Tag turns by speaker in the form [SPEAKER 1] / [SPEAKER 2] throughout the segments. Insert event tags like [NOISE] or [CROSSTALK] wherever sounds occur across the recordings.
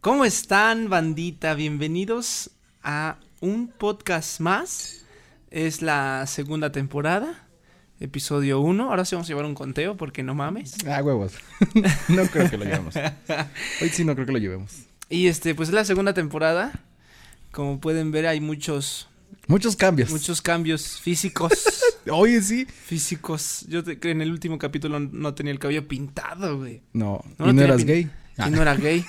[SPEAKER 1] ¿Cómo están, bandita? Bienvenidos a un podcast más. Es la segunda temporada, episodio 1. Ahora sí vamos a llevar un conteo porque no mames.
[SPEAKER 2] Ah, huevos. [LAUGHS] no creo que lo llevemos. Hoy sí no creo que lo llevemos.
[SPEAKER 1] Y este, pues es la segunda temporada. Como pueden ver, hay muchos,
[SPEAKER 2] Muchos cambios.
[SPEAKER 1] muchos cambios físicos.
[SPEAKER 2] Oye, sí.
[SPEAKER 1] físicos. Yo te- en el último capítulo no tenía el cabello pintado, güey.
[SPEAKER 2] No,
[SPEAKER 1] lo
[SPEAKER 2] y no
[SPEAKER 1] tenía
[SPEAKER 2] eras
[SPEAKER 1] pin-
[SPEAKER 2] gay. Ah.
[SPEAKER 1] Y no era gay.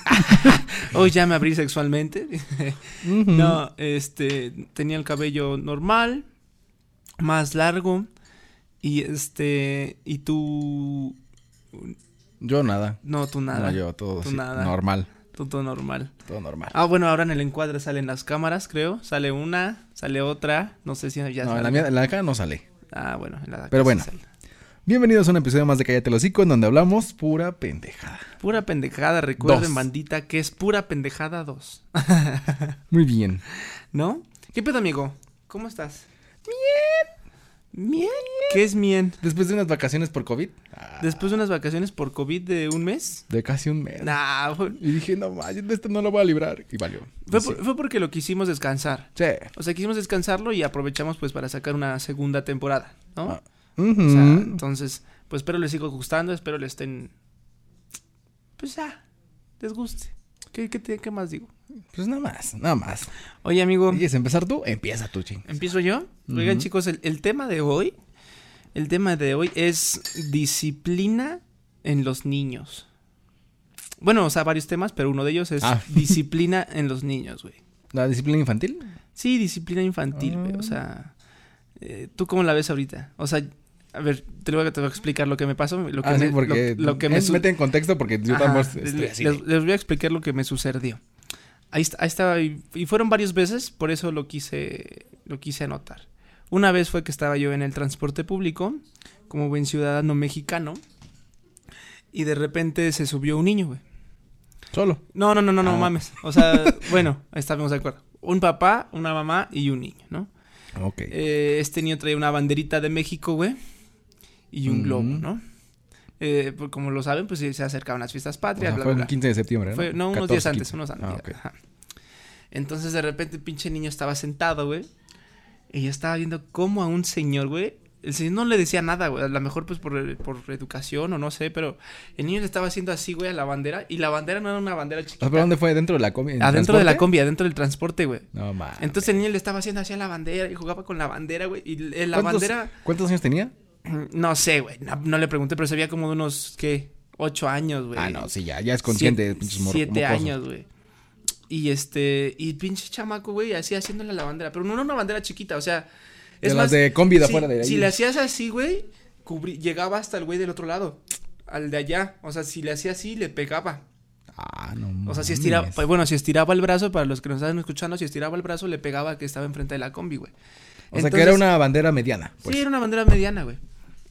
[SPEAKER 1] Hoy ya me abrí sexualmente.
[SPEAKER 2] Ujú.
[SPEAKER 1] No, este, tenía el cabello normal, más largo, y este, y tú,
[SPEAKER 2] Yo nada.
[SPEAKER 1] no, tú nada,
[SPEAKER 2] No, yo todo
[SPEAKER 1] Tú
[SPEAKER 2] así,
[SPEAKER 1] nada.
[SPEAKER 2] normal.
[SPEAKER 1] tú todo normal.
[SPEAKER 2] Todo normal.
[SPEAKER 1] Ah, bueno, ahora en el encuadre salen las cámaras, creo, sale una, sale otra, no sé si ya
[SPEAKER 2] no, en la,
[SPEAKER 1] sale.
[SPEAKER 2] mía, en la de acá no sale.
[SPEAKER 1] Ah, bueno, en la de acá
[SPEAKER 2] Pero
[SPEAKER 1] sí
[SPEAKER 2] bueno.
[SPEAKER 1] sale.
[SPEAKER 2] Bienvenidos a un episodio más de Cállate el Hocico en donde hablamos pura pendejada.
[SPEAKER 1] Pura pendejada, recuerden,
[SPEAKER 2] Dos.
[SPEAKER 1] bandita, que es pura pendejada 2,
[SPEAKER 2] Muy bien.
[SPEAKER 1] [LAUGHS] ¿no? ¿Qué pedo, amigo? ¿Cómo estás? Bien. Bien. ¿Qué es bien?
[SPEAKER 2] Después de unas vacaciones por COVID. ah,
[SPEAKER 1] Después de unas vacaciones por COVID de un mes.
[SPEAKER 2] de casi un mes.
[SPEAKER 1] Nah, fue-
[SPEAKER 2] Y dije, no manches, de esto no lo voy a librar. Y valió.
[SPEAKER 1] Fue,
[SPEAKER 2] Sí.
[SPEAKER 1] por- fue porque lo quisimos descansar.
[SPEAKER 2] Sí.
[SPEAKER 1] O sea, quisimos descansarlo y aprovechamos pues para sacar una segunda temporada, ¿no?
[SPEAKER 2] Ah, ujú.
[SPEAKER 1] O sea, entonces, pues espero les siga gustando, espero les estén... Pues ya, les guste. ¿Qué, qué, te- qué más digo?
[SPEAKER 2] Pues nada más, nada más.
[SPEAKER 1] Oye, amigo,
[SPEAKER 2] ¿Quieres empezar tú? Empieza tú, ching.
[SPEAKER 1] ¿empiezo yo? Oigan, chicos, el, el tema de hoy, el tema de hoy es disciplina en los niños. Bueno, o sea, varios temas, pero uno de ellos es
[SPEAKER 2] Ah.
[SPEAKER 1] disciplina en los niños, güey.
[SPEAKER 2] ¿La disciplina infantil?
[SPEAKER 1] Sí, disciplina infantil, güey,
[SPEAKER 2] Ah.
[SPEAKER 1] O sea, eh, ¿tú cómo la ves ahorita? O sea, a ver, te, lo voy a, te voy a explicar lo que me pasó, lo que
[SPEAKER 2] Ah, sí,
[SPEAKER 1] me,
[SPEAKER 2] porque
[SPEAKER 1] lo, lo que me
[SPEAKER 2] es-
[SPEAKER 1] su-
[SPEAKER 2] mete en contexto porque yo
[SPEAKER 1] Ajá,
[SPEAKER 2] tampoco
[SPEAKER 1] les,
[SPEAKER 2] estoy así.
[SPEAKER 1] les- les voy a explicar lo que me sucedió. Ahí, est- ahí estaba, y, y fueron varias veces, por eso lo quise, lo quise anotar. Una vez fue que estaba yo en el transporte público, como buen ciudadano mexicano, y de repente se subió un niño, güey.
[SPEAKER 2] Solo.
[SPEAKER 1] No, no, no, no, no
[SPEAKER 2] Ah.
[SPEAKER 1] mames. O sea, [LAUGHS] bueno, estamos de acuerdo. Un papá, una mamá y un niño, ¿no?
[SPEAKER 2] Ok.
[SPEAKER 1] Eh, este niño traía una banderita de México, güey. Y un
[SPEAKER 2] Ujú.
[SPEAKER 1] globo, ¿no? Eh, pues, como lo saben, pues se acercaban las fiestas
[SPEAKER 2] O
[SPEAKER 1] patrias,
[SPEAKER 2] sea,
[SPEAKER 1] bla,
[SPEAKER 2] fue
[SPEAKER 1] bla,
[SPEAKER 2] el 15 de septiembre,
[SPEAKER 1] bla.
[SPEAKER 2] ¿no?
[SPEAKER 1] Fue- no, unos
[SPEAKER 2] 14,
[SPEAKER 1] días antes,
[SPEAKER 2] 15.
[SPEAKER 1] unos antes.
[SPEAKER 2] Ah, ok.
[SPEAKER 1] ajá. Entonces, de repente, el pinche niño estaba sentado, güey. Y yo estaba viendo cómo a un señor, güey. El señor no le decía nada, güey. A lo mejor, pues, por, por educación o no sé, pero el niño le estaba haciendo así, güey, a la bandera. Y la bandera no era una bandera
[SPEAKER 2] O
[SPEAKER 1] chiquita.
[SPEAKER 2] sea, Ah, ¿Pero dónde fue? ¿Dentro de la combi? en
[SPEAKER 1] adentro de la
[SPEAKER 2] transporte?
[SPEAKER 1] combi, adentro del transporte, güey.
[SPEAKER 2] No, mames.
[SPEAKER 1] Ah, Entonces el niño le estaba haciendo así a la bandera y jugaba con la bandera, güey. Y eh, la
[SPEAKER 2] ¿Cuántos-
[SPEAKER 1] bandera, mm,
[SPEAKER 2] ¿Cuántos años tenía?
[SPEAKER 1] no sé, güey. No, no le pregunté, pero se veía como de unos, ¿qué? Ocho años, güey.
[SPEAKER 2] Ah, no, sí, ya, ya es consciente.
[SPEAKER 1] Siete,
[SPEAKER 2] pinches mor-
[SPEAKER 1] siete
[SPEAKER 2] mocosos.
[SPEAKER 1] años, güey. Y este, y pinche chamaco, güey, así haciéndole la bandera. Pero no era una bandera chiquita, o sea.
[SPEAKER 2] De las de combi de
[SPEAKER 1] si-
[SPEAKER 2] afuera de ahí.
[SPEAKER 1] Si le hacías así, güey, cubrí- llegaba hasta el güey del otro lado. Al de allá. O sea, si le hacía así, le pegaba.
[SPEAKER 2] Ah, no.
[SPEAKER 1] O sea, si
[SPEAKER 2] mames.
[SPEAKER 1] estiraba, pues, bueno, si estiraba el brazo, para los que nos están escuchando, si estiraba el brazo, le pegaba al que estaba enfrente de la combi, güey.
[SPEAKER 2] O sea, que era
[SPEAKER 1] Entonces-
[SPEAKER 2] una bandera mediana. pues.
[SPEAKER 1] Sí, era una bandera mediana, güey.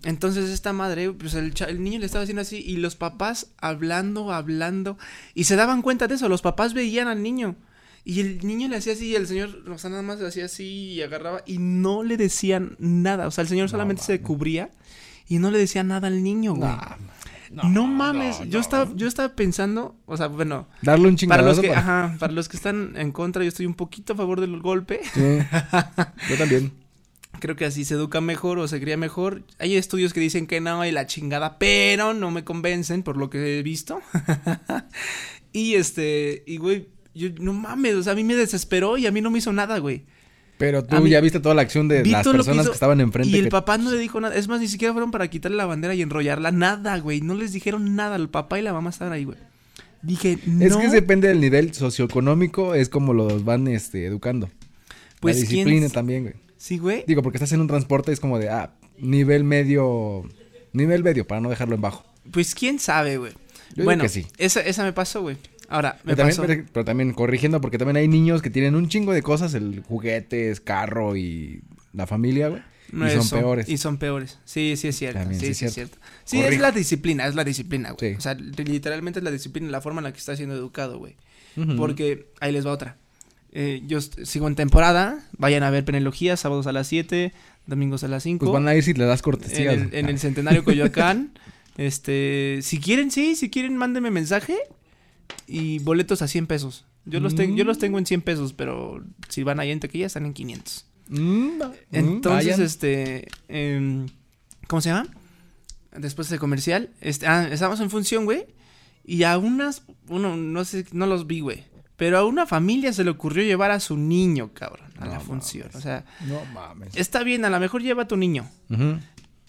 [SPEAKER 1] Entonces esta madre, pues el, cha- el niño le estaba haciendo así y los papás hablando, hablando. Y se daban cuenta de eso, los papás veían al niño. Y el niño le hacía así y el señor, o sea, nada más le hacía así y agarraba y no le decían nada. O sea, el señor solamente se cubría y no le decía nada al niño, güey.
[SPEAKER 2] Ah,
[SPEAKER 1] No, mames, yo, Estaba, yo estaba pensando, o sea, bueno,
[SPEAKER 2] Darle un chingadazo.
[SPEAKER 1] para los, que,
[SPEAKER 2] para-
[SPEAKER 1] ajá, para los que están en contra, yo estoy un poquito a favor del golpe.
[SPEAKER 2] Sí. Yo también.
[SPEAKER 1] Creo que así se educa mejor o se cría mejor. Hay estudios que dicen que no y la chingada, pero no me convencen por lo que he visto. [LAUGHS] y este, y güey, yo no mames, o sea, a mí me desesperó y a mí no me hizo nada, güey.
[SPEAKER 2] Pero
[SPEAKER 1] A
[SPEAKER 2] tú
[SPEAKER 1] mí-
[SPEAKER 2] ya viste toda la acción de
[SPEAKER 1] Vi
[SPEAKER 2] las
[SPEAKER 1] todo lo que
[SPEAKER 2] personas
[SPEAKER 1] hizo
[SPEAKER 2] que estaban enfrente.
[SPEAKER 1] Y el
[SPEAKER 2] que-
[SPEAKER 1] papá no le dijo nada. Es más, ni siquiera fueron para quitarle la bandera y enrollarla. Nada, güey. No les dijeron nada. El papá y la mamá estaban ahí, güey. Dije, no.
[SPEAKER 2] Es que depende del nivel socioeconómico, es como los van este, educando.
[SPEAKER 1] Pues,
[SPEAKER 2] la
[SPEAKER 1] ¿quién-
[SPEAKER 2] disciplina también, güey.
[SPEAKER 1] Sí, güey.
[SPEAKER 2] Digo, porque estás en un transporte, es como de, ah, nivel medio, nivel medio, para no dejarlo en bajo.
[SPEAKER 1] Pues quién sabe, güey.
[SPEAKER 2] digo
[SPEAKER 1] bueno,
[SPEAKER 2] que sí.
[SPEAKER 1] esa, esa me pasó, güey. Ahora, me
[SPEAKER 2] pero, también,
[SPEAKER 1] pasó.
[SPEAKER 2] pero- pero también corrigiendo, porque también hay niños que tienen un chingo de cosas, el juguetes, carro y la familia, güey.
[SPEAKER 1] No
[SPEAKER 2] y son
[SPEAKER 1] eso,
[SPEAKER 2] peores.
[SPEAKER 1] Y son peores. Sí, sí es cierto.
[SPEAKER 2] También,
[SPEAKER 1] sí,
[SPEAKER 2] sí
[SPEAKER 1] sí,
[SPEAKER 2] es
[SPEAKER 1] es
[SPEAKER 2] cierto.
[SPEAKER 1] cierto. Sí, es
[SPEAKER 2] Corrijo.
[SPEAKER 1] la disciplina, es la disciplina, güey.
[SPEAKER 2] Sí.
[SPEAKER 1] O sea, literalmente es la disciplina, la forma en la que está siendo educado, güey.
[SPEAKER 2] Ujú.
[SPEAKER 1] Porque ahí les va otra. Eh, yo est- sigo en temporada, vayan a ver Penelogía, sábados a las 7, domingos a las 5.
[SPEAKER 2] Pues van a ir si le das
[SPEAKER 1] en,
[SPEAKER 2] cortesía.
[SPEAKER 1] el, en [LAUGHS] el Centenario Coyoacán. este, si quieren, sí, si quieren, mándenme mensaje. y boletos a 100 pesos. Yo los, tengo yo los tengo en 100 pesos, pero si van ahí en taquilla están en 500.
[SPEAKER 2] Mm, va- mm,
[SPEAKER 1] Entonces,
[SPEAKER 2] vayan.
[SPEAKER 1] este. em, ¿Cómo se llama? Después de comercial. Este, ah, estábamos en función, güey. Y a unas. Uno, no sé, no los vi, güey. Pero a una familia se le ocurrió llevar a su niño, cabrón, a
[SPEAKER 2] No
[SPEAKER 1] la función. O sea,
[SPEAKER 2] No mames.
[SPEAKER 1] está bien, a lo mejor lleva a tu niño.
[SPEAKER 2] Ujú.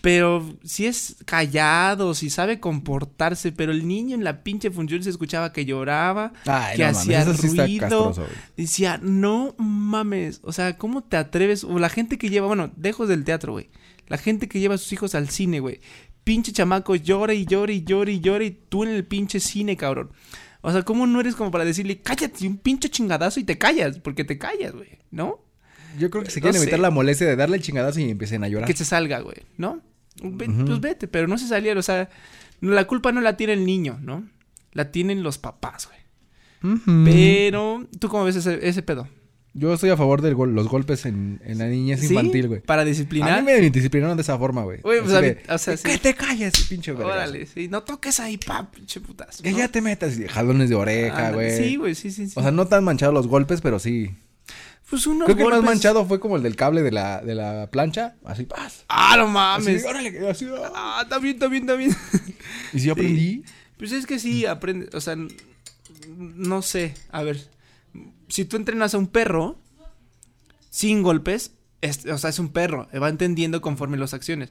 [SPEAKER 1] Pero si es callado, si sabe comportarse, pero el niño en la pinche función se escuchaba que lloraba,
[SPEAKER 2] Ay,
[SPEAKER 1] que
[SPEAKER 2] no mames,
[SPEAKER 1] hacía
[SPEAKER 2] eso sí está
[SPEAKER 1] ruido.
[SPEAKER 2] castroso, güey.
[SPEAKER 1] Decía, no mames, o sea, ¿cómo te atreves? O la gente que lleva, bueno, lejos del teatro, güey. La gente que lleva a sus hijos al cine, güey. Pinche chamaco, llora y llora y llora y llora y tú en el pinche cine, cabrón. O sea, ¿cómo no eres como para decirle, cállate, un pinche chingadazo y te callas? Porque te callas, güey, ¿no?
[SPEAKER 2] Yo creo que se
[SPEAKER 1] No
[SPEAKER 2] quieren
[SPEAKER 1] sé.
[SPEAKER 2] evitar la molestia de darle el chingadazo y empiecen a llorar.
[SPEAKER 1] Que se salga, güey, ¿no? Ve- Pues vete, pero no se saliera, o sea, no- la culpa no la tiene el niño, ¿no? La tienen los papás, güey.
[SPEAKER 2] Ujú.
[SPEAKER 1] Pero, ¿tú cómo ves ese, ese pedo?
[SPEAKER 2] Yo estoy a favor de los golpes en, en la niñez
[SPEAKER 1] ¿Sí?
[SPEAKER 2] infantil, güey.
[SPEAKER 1] Para
[SPEAKER 2] A
[SPEAKER 1] disciplinar.
[SPEAKER 2] mí me disciplinaron de esa forma, güey.
[SPEAKER 1] Güey, pues,
[SPEAKER 2] Así
[SPEAKER 1] a mí-
[SPEAKER 2] de,
[SPEAKER 1] o sea,
[SPEAKER 2] "Que
[SPEAKER 1] sí.
[SPEAKER 2] te calles, pinche verga.
[SPEAKER 1] Órale, sí, no toques ahí, pa, pinche putazo.
[SPEAKER 2] Que
[SPEAKER 1] ¿no?
[SPEAKER 2] ya te metas. y Jalones de oreja,
[SPEAKER 1] Ándale,
[SPEAKER 2] güey.
[SPEAKER 1] Sí, güey, sí, sí, sí.
[SPEAKER 2] O sea, no tan manchados los golpes, pero sí.
[SPEAKER 1] pues unos
[SPEAKER 2] Creo que el más
[SPEAKER 1] golpes-
[SPEAKER 2] manchado fue como el del cable de la, de la plancha. Así, ¡paz!
[SPEAKER 1] Ah, no
[SPEAKER 2] Así,
[SPEAKER 1] mames.
[SPEAKER 2] órale, que- así, ¡ah!
[SPEAKER 1] Ah, también, también, también.
[SPEAKER 2] Y si yo aprendí.
[SPEAKER 1] pues es que
[SPEAKER 2] Mm.
[SPEAKER 1] sí, aprende, o sea, n- no sé, a ver, si tú entrenas a un perro sin golpes, es- o sea, es un perro, va entendiendo conforme las acciones.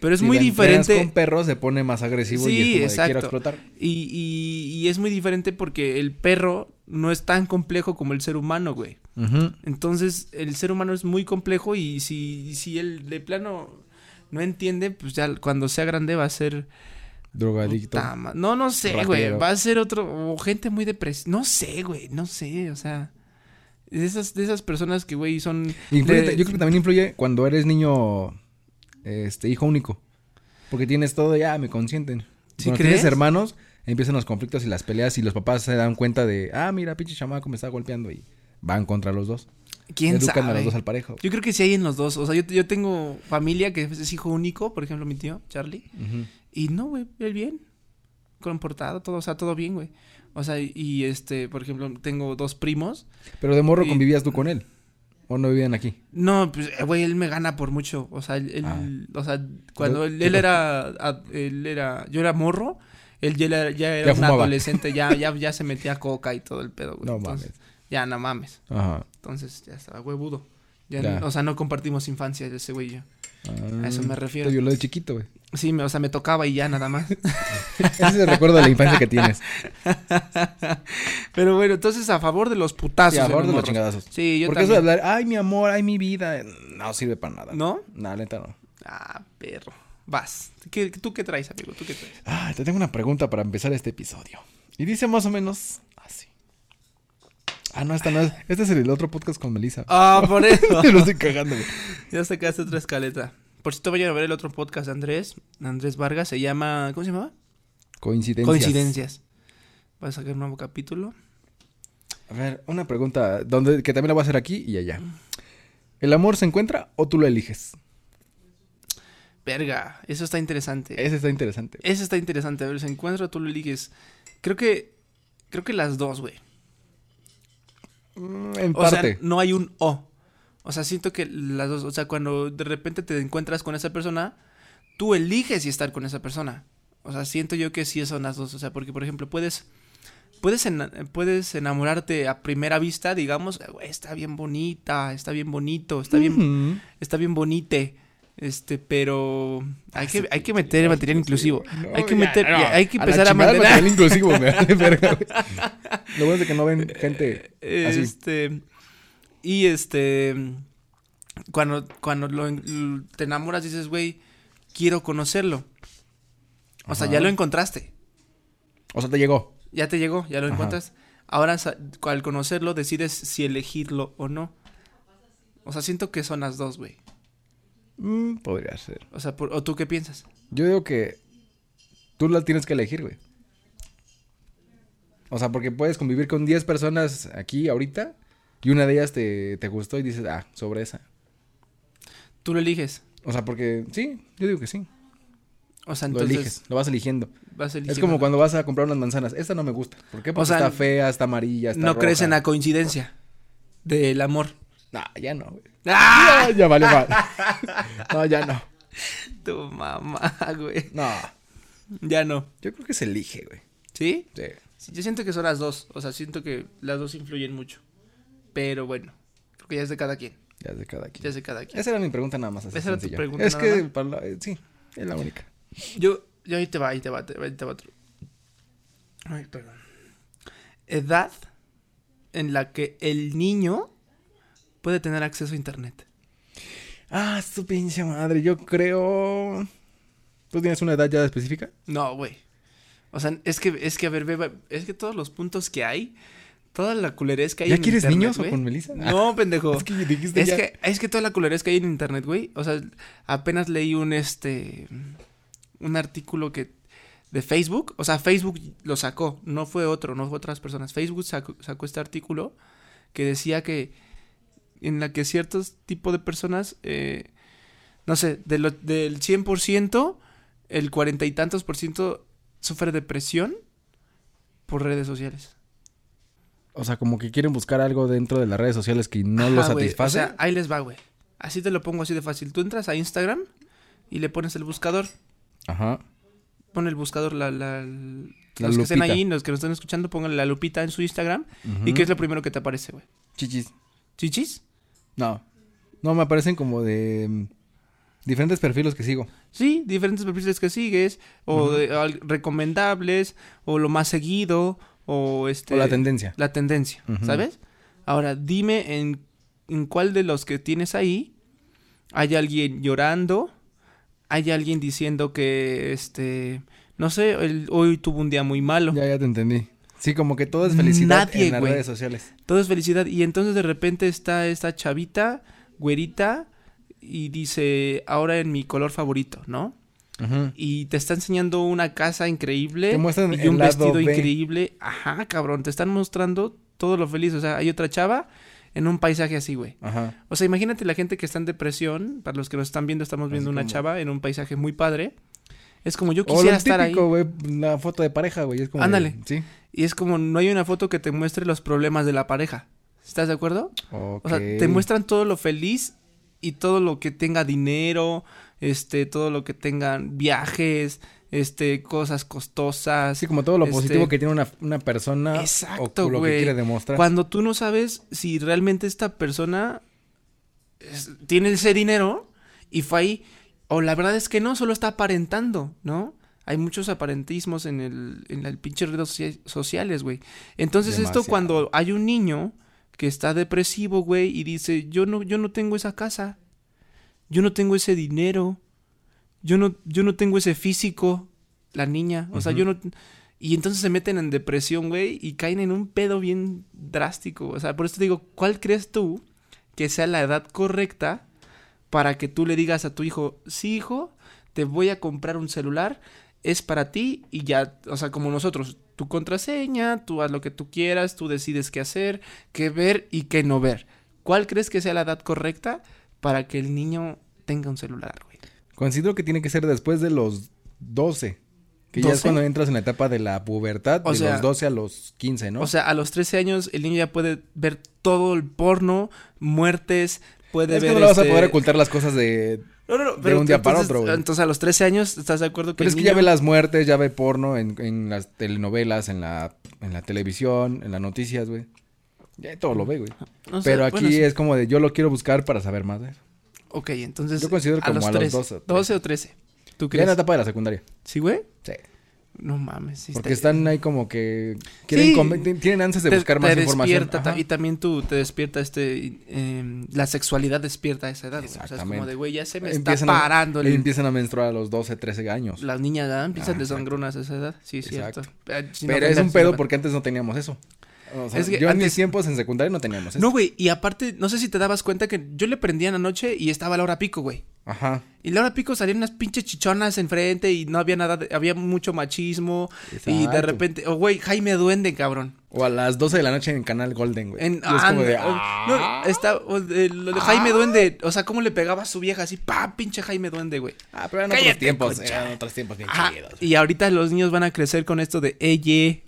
[SPEAKER 1] Pero es
[SPEAKER 2] Mm. Si
[SPEAKER 1] muy
[SPEAKER 2] la entrenas
[SPEAKER 1] diferente.
[SPEAKER 2] con perro se pone más agresivo y es como de, quiero explotar.
[SPEAKER 1] Y, y- y es muy diferente porque el perro no es tan complejo como el ser humano, güey.
[SPEAKER 2] Ujú.
[SPEAKER 1] Entonces, el ser humano es muy complejo y si, si él de plano no entiende, pues ya cuando sea grande va a ser...
[SPEAKER 2] Drogadicto.
[SPEAKER 1] puta ma- No, no sé, güey.
[SPEAKER 2] Ratero.
[SPEAKER 1] Va a ser otro... O gente muy depresiva. No sé, güey. No sé, o sea... De esas, de esas personas que, güey, son...
[SPEAKER 2] Influye-
[SPEAKER 1] de-
[SPEAKER 2] Yo creo que también influye cuando eres niño, este, hijo único. Porque tienes todo, ya me consienten.
[SPEAKER 1] ¿Sí
[SPEAKER 2] Cuando
[SPEAKER 1] crees?
[SPEAKER 2] tienes hermanos, empiezan los conflictos y las peleas y los papás se dan cuenta de, ah, mira, pinche chamaco me está golpeando y van contra los dos.
[SPEAKER 1] ¿Quién
[SPEAKER 2] Educan
[SPEAKER 1] sabe?
[SPEAKER 2] a los dos al parejo.
[SPEAKER 1] Yo creo que sí hay en los dos. O sea, yo, yo tengo familia que es hijo único, por ejemplo, mi tío, Charlie.
[SPEAKER 2] Ujú.
[SPEAKER 1] Y no, güey, él bien. Comportado, todo, o sea, todo bien, güey. O sea, y- y este, por ejemplo, tengo dos primos.
[SPEAKER 2] Pero de morro
[SPEAKER 1] Y-
[SPEAKER 2] convivías tú con él. ¿O no vivían aquí?
[SPEAKER 1] No, pues, eh, güey, él me gana por mucho. O sea, él, él-
[SPEAKER 2] Ah.
[SPEAKER 1] o sea cuando
[SPEAKER 2] Pero-
[SPEAKER 1] él, él era, ad- él era, yo era morro, él ya era, ya era
[SPEAKER 2] Ya
[SPEAKER 1] un
[SPEAKER 2] fumaba.
[SPEAKER 1] adolescente, ya, ya, ya se metía coca y todo el pedo, güey.
[SPEAKER 2] No
[SPEAKER 1] Entonces, Ya, no mames.
[SPEAKER 2] Ajá.
[SPEAKER 1] Entonces, ya estaba huevudo. Ya,
[SPEAKER 2] Ya.
[SPEAKER 1] no- O sea, no compartimos infancia ese güey y yo.
[SPEAKER 2] Ah,
[SPEAKER 1] A eso me refiero.
[SPEAKER 2] Te violó de chiquito, güey. [LAUGHS]
[SPEAKER 1] Sí, me- o sea, me tocaba y ya nada más. [LAUGHS]
[SPEAKER 2] Ese es el recuerdo de la infancia que tienes.
[SPEAKER 1] Pero bueno, entonces [LAUGHS] a favor de los putazos.
[SPEAKER 2] Sí, a
[SPEAKER 1] de
[SPEAKER 2] favor de los
[SPEAKER 1] morros.
[SPEAKER 2] chingadazos.
[SPEAKER 1] Sí, yo
[SPEAKER 2] Porque eso de
[SPEAKER 1] también.
[SPEAKER 2] hablar, ay, mi amor, ay, mi vida, no sirve para nada.
[SPEAKER 1] ¿No?
[SPEAKER 2] No, neta no.
[SPEAKER 1] Ah, perro. Vas. ¿Qué- ¿Tú qué traes, amigo? ¿Tú qué traes?
[SPEAKER 2] Ah, te tengo una pregunta para empezar este episodio. Y dice más o menos así. Ah, no, esta no es. Este es el otro podcast con Melissa.
[SPEAKER 1] Ah, por eso.
[SPEAKER 2] [LAUGHS] Lo estoy cagando, güey.
[SPEAKER 1] ya sacaste otra escaleta. Por cierto, vayan a ver el otro podcast de Andrés. Andrés Vargas se llama. ¿Cómo se llamaba?
[SPEAKER 2] Coincidencias.
[SPEAKER 1] Coincidencias. Va a sacar un nuevo capítulo.
[SPEAKER 2] A ver, una pregunta donde, que también la voy a hacer aquí y allá. ¿El amor se encuentra o tú lo eliges?
[SPEAKER 1] Verga, eso está interesante.
[SPEAKER 2] Ese está interesante.
[SPEAKER 1] Eso está interesante. A ver, se encuentra, tú lo eliges. Creo que. Creo que las dos, güey.
[SPEAKER 2] Mm, En
[SPEAKER 1] O sea,
[SPEAKER 2] parte.
[SPEAKER 1] no hay un O. O sea, siento que las dos, o sea, cuando de repente te encuentras con esa persona, tú eliges si estar con esa persona. O sea, siento yo que sí son las dos. O sea, porque, por ejemplo, puedes, puedes, ena- puedes enamorarte a primera vista, digamos, "Ah, güey, está bien bonita, está bien bonito, está bien,
[SPEAKER 2] Ujú.
[SPEAKER 1] está bien bonite. Este, pero
[SPEAKER 2] Ah,
[SPEAKER 1] hay que, hay que meter material inclusivo.
[SPEAKER 2] No,
[SPEAKER 1] Hay que
[SPEAKER 2] ya,
[SPEAKER 1] meter,
[SPEAKER 2] no.
[SPEAKER 1] hay que
[SPEAKER 2] la
[SPEAKER 1] empezar a,
[SPEAKER 2] chingada el
[SPEAKER 1] mantener. [LAUGHS]
[SPEAKER 2] material inclusivo, me vale verga, güey. Lo bueno es de que no ven gente así.
[SPEAKER 1] Este. Y este. Cuando, cuando lo en- te enamoras, dices, güey, quiero conocerlo. O sea,
[SPEAKER 2] Ajá.
[SPEAKER 1] ya lo encontraste.
[SPEAKER 2] O sea, te llegó.
[SPEAKER 1] Ya te llegó, ya lo
[SPEAKER 2] Ajá.
[SPEAKER 1] encuentras. Ahora, sa- al conocerlo, decides si elegirlo o no. O sea, siento que son las dos, güey.
[SPEAKER 2] Mm, podría ser.
[SPEAKER 1] O sea, por- ¿o tú qué piensas?
[SPEAKER 2] Yo digo que tú la tienes que elegir, güey. O sea, porque puedes convivir con 10 personas aquí ahorita y una de ellas te, te gustó y dices, ah, sobre esa.
[SPEAKER 1] Tú lo eliges.
[SPEAKER 2] O sea, porque sí, yo digo que sí.
[SPEAKER 1] O O sea,
[SPEAKER 2] Lo
[SPEAKER 1] entonces
[SPEAKER 2] eliges, lo vas eligiendo.
[SPEAKER 1] vas
[SPEAKER 2] Es
[SPEAKER 1] eligiendo.
[SPEAKER 2] como cuando vas a comprar unas manzanas. Esta no me gusta. ¿Por qué? Porque
[SPEAKER 1] sea,
[SPEAKER 2] está fea, está amarilla, está
[SPEAKER 1] no crees en
[SPEAKER 2] roja.
[SPEAKER 1] la coincidencia del
[SPEAKER 2] [LAUGHS]
[SPEAKER 1] amor.
[SPEAKER 2] No, ya no. güey.
[SPEAKER 1] ¡Ah!
[SPEAKER 2] Ya, ya vale, vale. [LAUGHS] No, ya no.
[SPEAKER 1] Tu mamá, güey.
[SPEAKER 2] No.
[SPEAKER 1] Ya no.
[SPEAKER 2] Yo creo que se elige, güey.
[SPEAKER 1] ¿Sí?
[SPEAKER 2] Sí.
[SPEAKER 1] Sí, Yo siento que son las dos. O sea, siento que las dos influyen mucho. Pero bueno, creo que ya es de cada quien.
[SPEAKER 2] Ya es de cada quien.
[SPEAKER 1] Ya es de cada quien.
[SPEAKER 2] Esa era mi pregunta nada más. así
[SPEAKER 1] Esa era tu
[SPEAKER 2] sencilla.
[SPEAKER 1] pregunta
[SPEAKER 2] Es
[SPEAKER 1] nada
[SPEAKER 2] que,
[SPEAKER 1] más.
[SPEAKER 2] para la- eh, sí, es la única.
[SPEAKER 1] Eh, Yo, yo ahí te va, ahí te va, te- ahí te va otro. Ay, perdón. Edad en la que el niño puede tener acceso a internet.
[SPEAKER 2] Ah, su pinche madre. Yo creo. ¿Tú tienes una edad ya específica?
[SPEAKER 1] No, güey. O sea, es que, es que, a ver, beba, es que todos los puntos que hay, toda la culerez que hay
[SPEAKER 2] ¿Ya
[SPEAKER 1] en
[SPEAKER 2] quieres
[SPEAKER 1] internet,
[SPEAKER 2] niños o
[SPEAKER 1] güey.
[SPEAKER 2] con Melissa?
[SPEAKER 1] No, pendejo.
[SPEAKER 2] Es que
[SPEAKER 1] [LAUGHS]
[SPEAKER 2] dijiste
[SPEAKER 1] Es
[SPEAKER 2] ya.
[SPEAKER 1] que, es que toda la culerez que hay en internet, güey. O sea, apenas leí un este. un artículo que. de Facebook. O sea, Facebook lo sacó. No fue otro, no fue otras personas. Facebook sacó, sacó este artículo que decía que. En la que ciertos tipo de personas. eh, no sé, de lo- del 100%, el cuarenta y tantos por ciento sufre depresión por redes sociales.
[SPEAKER 2] O sea, como que quieren buscar algo dentro de las redes sociales que no lo
[SPEAKER 1] Ajá, güey,
[SPEAKER 2] satisface.
[SPEAKER 1] O sea, ahí les va, güey. Así te lo pongo así de fácil. Tú entras a Instagram y le pones el buscador.
[SPEAKER 2] Ajá.
[SPEAKER 1] Pon el buscador, la, la-
[SPEAKER 2] La
[SPEAKER 1] los que estén
[SPEAKER 2] lupita.
[SPEAKER 1] ahí, los que nos están escuchando, pongan la lupita en su Instagram. ¿Y
[SPEAKER 2] Ujú.
[SPEAKER 1] qué es lo primero que te aparece, güey?
[SPEAKER 2] Chichis.
[SPEAKER 1] ¿Chichis?
[SPEAKER 2] No. No, me aparecen como de mm, diferentes perfiles que sigo.
[SPEAKER 1] Sí, diferentes perfiles que sigues, o de- al- recomendables, o lo más seguido, o este...
[SPEAKER 2] O la tendencia.
[SPEAKER 1] la tendencia,
[SPEAKER 2] Ujú.
[SPEAKER 1] ¿sabes? Ahora, dime en, en cuál de los que tienes ahí hay alguien llorando, hay alguien diciendo que, este, no sé, el- hoy tuvo un día muy malo,
[SPEAKER 2] Ya, ya te entendí. Sí, como que todo es felicidad
[SPEAKER 1] Nadie,
[SPEAKER 2] en las
[SPEAKER 1] güey.
[SPEAKER 2] redes sociales.
[SPEAKER 1] todo es felicidad, y entonces de repente está esta chavita, güerita, y dice, ahora en mi color favorito, ¿no?
[SPEAKER 2] Ajá.
[SPEAKER 1] y te está enseñando una casa increíble
[SPEAKER 2] Te muestran
[SPEAKER 1] y
[SPEAKER 2] el
[SPEAKER 1] un
[SPEAKER 2] lado
[SPEAKER 1] vestido
[SPEAKER 2] B.
[SPEAKER 1] increíble. Ajá, cabrón, te están mostrando todo lo feliz. O sea, hay otra chava en un paisaje así, güey.
[SPEAKER 2] Ajá.
[SPEAKER 1] O sea, imagínate la gente que está en depresión. Para los que nos están viendo, estamos
[SPEAKER 2] Así
[SPEAKER 1] viendo una
[SPEAKER 2] como-
[SPEAKER 1] chava en un paisaje muy padre. Es como yo
[SPEAKER 2] O
[SPEAKER 1] quisiera
[SPEAKER 2] lo
[SPEAKER 1] estar
[SPEAKER 2] típico,
[SPEAKER 1] ahí.
[SPEAKER 2] güey, la foto de pareja, güey. Es como. de-
[SPEAKER 1] Ándale.
[SPEAKER 2] Sí.
[SPEAKER 1] Y es como no hay una foto que te muestre los problemas de la pareja. ¿Estás de acuerdo? O sea,
[SPEAKER 2] Ok.
[SPEAKER 1] te muestran todo lo feliz y todo lo que tenga dinero, este, todo lo que tengan viajes, este, cosas costosas.
[SPEAKER 2] Así como todo lo
[SPEAKER 1] este,
[SPEAKER 2] positivo que tiene una, una persona.
[SPEAKER 1] Exacto,
[SPEAKER 2] o lo que
[SPEAKER 1] güey.
[SPEAKER 2] quiere demostrar.
[SPEAKER 1] Cuando tú no sabes si realmente esta persona es- tiene ese dinero y fue ahí, o la verdad es que no, solo está aparentando, ¿no? Hay muchos aparentismos en el, en el pinche redes socia- sociales, güey. Entonces
[SPEAKER 2] Demasiado.
[SPEAKER 1] esto cuando hay un niño que está depresivo, güey, y dice, yo no, yo no tengo esa casa, yo no tengo ese dinero, yo no, yo no tengo ese físico, la niña, o sea,
[SPEAKER 2] Ujú.
[SPEAKER 1] yo no... Y entonces se meten en depresión, güey, y caen en un pedo bien drástico. O sea, por eso te digo, ¿cuál crees tú que sea la edad correcta para que tú le digas a tu hijo, sí, hijo, te voy a comprar un celular, es para ti y ya, o sea, como nosotros, tu contraseña, tú haz lo que tú quieras, tú decides qué hacer, qué ver y qué no ver. ¿Cuál crees que sea la edad correcta para que el niño tenga un celular, güey?
[SPEAKER 2] Considero que tiene que ser después de los 12. Que ya es
[SPEAKER 1] ¿Doce?
[SPEAKER 2] cuando entras en la etapa de la pubertad,
[SPEAKER 1] O
[SPEAKER 2] de
[SPEAKER 1] sea-
[SPEAKER 2] los 12 a los 15, ¿no?
[SPEAKER 1] O sea, a los 13 años el niño ya puede ver todo el porno, muertes, puede
[SPEAKER 2] es que
[SPEAKER 1] ver...
[SPEAKER 2] no le vas a
[SPEAKER 1] este-
[SPEAKER 2] poder ocultar las cosas de...
[SPEAKER 1] No, no, no,
[SPEAKER 2] de
[SPEAKER 1] pero
[SPEAKER 2] un día para
[SPEAKER 1] entonces-
[SPEAKER 2] otro, güey.
[SPEAKER 1] Entonces a los 13 años, ¿estás de acuerdo que el
[SPEAKER 2] Pero es que ya
[SPEAKER 1] niño-
[SPEAKER 2] ve las muertes, ya ve porno en, en las telenovelas, en la, en la televisión, en las noticias, güey. Ya todo lo ve, güey.
[SPEAKER 1] No sé,
[SPEAKER 2] Pero aquí
[SPEAKER 1] bueno, sí.
[SPEAKER 2] es como de yo lo quiero buscar para saber más. de él.
[SPEAKER 1] Ok, entonces.
[SPEAKER 2] Yo considero como a los 12 o 13.
[SPEAKER 1] 12 o 13. ¿Tú
[SPEAKER 2] Ya en la
[SPEAKER 1] crees?
[SPEAKER 2] etapa de la secundaria.
[SPEAKER 1] ¿Sí, güey?
[SPEAKER 2] Sí.
[SPEAKER 1] No mames. sí
[SPEAKER 2] Porque
[SPEAKER 1] está-
[SPEAKER 2] están ahí como que... Quieren
[SPEAKER 1] Sí.
[SPEAKER 2] come- ti- tienen ansias de
[SPEAKER 1] te-
[SPEAKER 2] buscar
[SPEAKER 1] te
[SPEAKER 2] más información.
[SPEAKER 1] despierta, ta-
[SPEAKER 2] Ajá.
[SPEAKER 1] Y también tú te despierta este. eh, la sexualidad despierta a esa edad. güey. O sea, es como
[SPEAKER 2] Exactamente.
[SPEAKER 1] de, güey, ya se me
[SPEAKER 2] Empiezan
[SPEAKER 1] está
[SPEAKER 2] a-
[SPEAKER 1] parando. el-
[SPEAKER 2] Empiezan a menstruar a los 12, 13 años.
[SPEAKER 1] Las niñas ¿verdad? empiezan
[SPEAKER 2] Ah,
[SPEAKER 1] de
[SPEAKER 2] exacto.
[SPEAKER 1] sangronas a esa edad. Sí, es
[SPEAKER 2] Exacto.
[SPEAKER 1] cierto. Eh, sin
[SPEAKER 2] Pero es
[SPEAKER 1] ofender,
[SPEAKER 2] un
[SPEAKER 1] sin
[SPEAKER 2] pedo
[SPEAKER 1] ofender.
[SPEAKER 2] porque antes no teníamos eso. O sea,
[SPEAKER 1] Es que
[SPEAKER 2] yo en
[SPEAKER 1] antes-
[SPEAKER 2] mis tiempos en secundaria no teníamos eso.
[SPEAKER 1] No, güey, y aparte, no sé si te dabas cuenta que yo le prendía en la noche y estaba la hora pico, güey.
[SPEAKER 2] Ajá.
[SPEAKER 1] Y la hora pico salían unas pinches chichonas enfrente y no había nada, de- había mucho machismo. Y de
[SPEAKER 2] Exacto.
[SPEAKER 1] repente, oh, güey, Jaime Duende, cabrón.
[SPEAKER 2] O a las 12 de la noche en Canal Golden, güey.
[SPEAKER 1] En,
[SPEAKER 2] Y es como de,
[SPEAKER 1] anda, oh,
[SPEAKER 2] ah,
[SPEAKER 1] no, está, oh, el- el Jaime Duende, o sea, cómo le pegaba a su vieja así, pa, pinche Jaime Duende, güey.
[SPEAKER 2] ah, pero eran otros
[SPEAKER 1] cállate,
[SPEAKER 2] tiempos.
[SPEAKER 1] concha.
[SPEAKER 2] Eran otros tiempos bien
[SPEAKER 1] Ajá,
[SPEAKER 2] chidos.
[SPEAKER 1] y ahorita los niños van a crecer con esto de ella,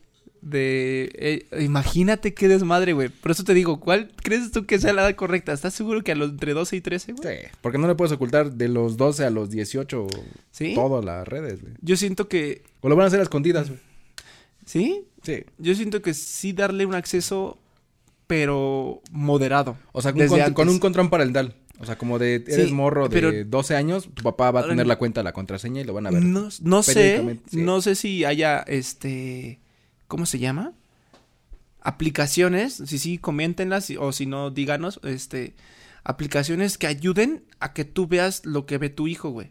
[SPEAKER 1] de... eh, imagínate qué desmadre, güey. Por eso te digo, ¿cuál crees tú que sea la edad correcta? ¿Estás seguro que a los entre 12 y 13, güey?
[SPEAKER 2] Sí, porque no le puedes ocultar de los 12 a los 18
[SPEAKER 1] ¿Sí?
[SPEAKER 2] todas las redes, güey.
[SPEAKER 1] Yo siento que...
[SPEAKER 2] O lo van a hacer a escondidas, güey.
[SPEAKER 1] ¿Sí?
[SPEAKER 2] Sí.
[SPEAKER 1] Yo siento que sí darle un acceso, pero moderado.
[SPEAKER 2] O sea, con,
[SPEAKER 1] Desde
[SPEAKER 2] con-
[SPEAKER 1] antes.
[SPEAKER 2] con un control parental. O sea, como de eres
[SPEAKER 1] Sí,
[SPEAKER 2] morro de
[SPEAKER 1] pero-
[SPEAKER 2] 12 años, tu papá va a
[SPEAKER 1] Ahora
[SPEAKER 2] tener
[SPEAKER 1] ni-
[SPEAKER 2] la cuenta, la contraseña y lo van a ver.
[SPEAKER 1] No, no sé,
[SPEAKER 2] periódicamente, sí.
[SPEAKER 1] no sé si haya, este, ¿cómo se llama? Aplicaciones, si sí, coméntenlas si- o si no, díganos, este, aplicaciones que ayuden a que tú veas lo que ve tu hijo, güey.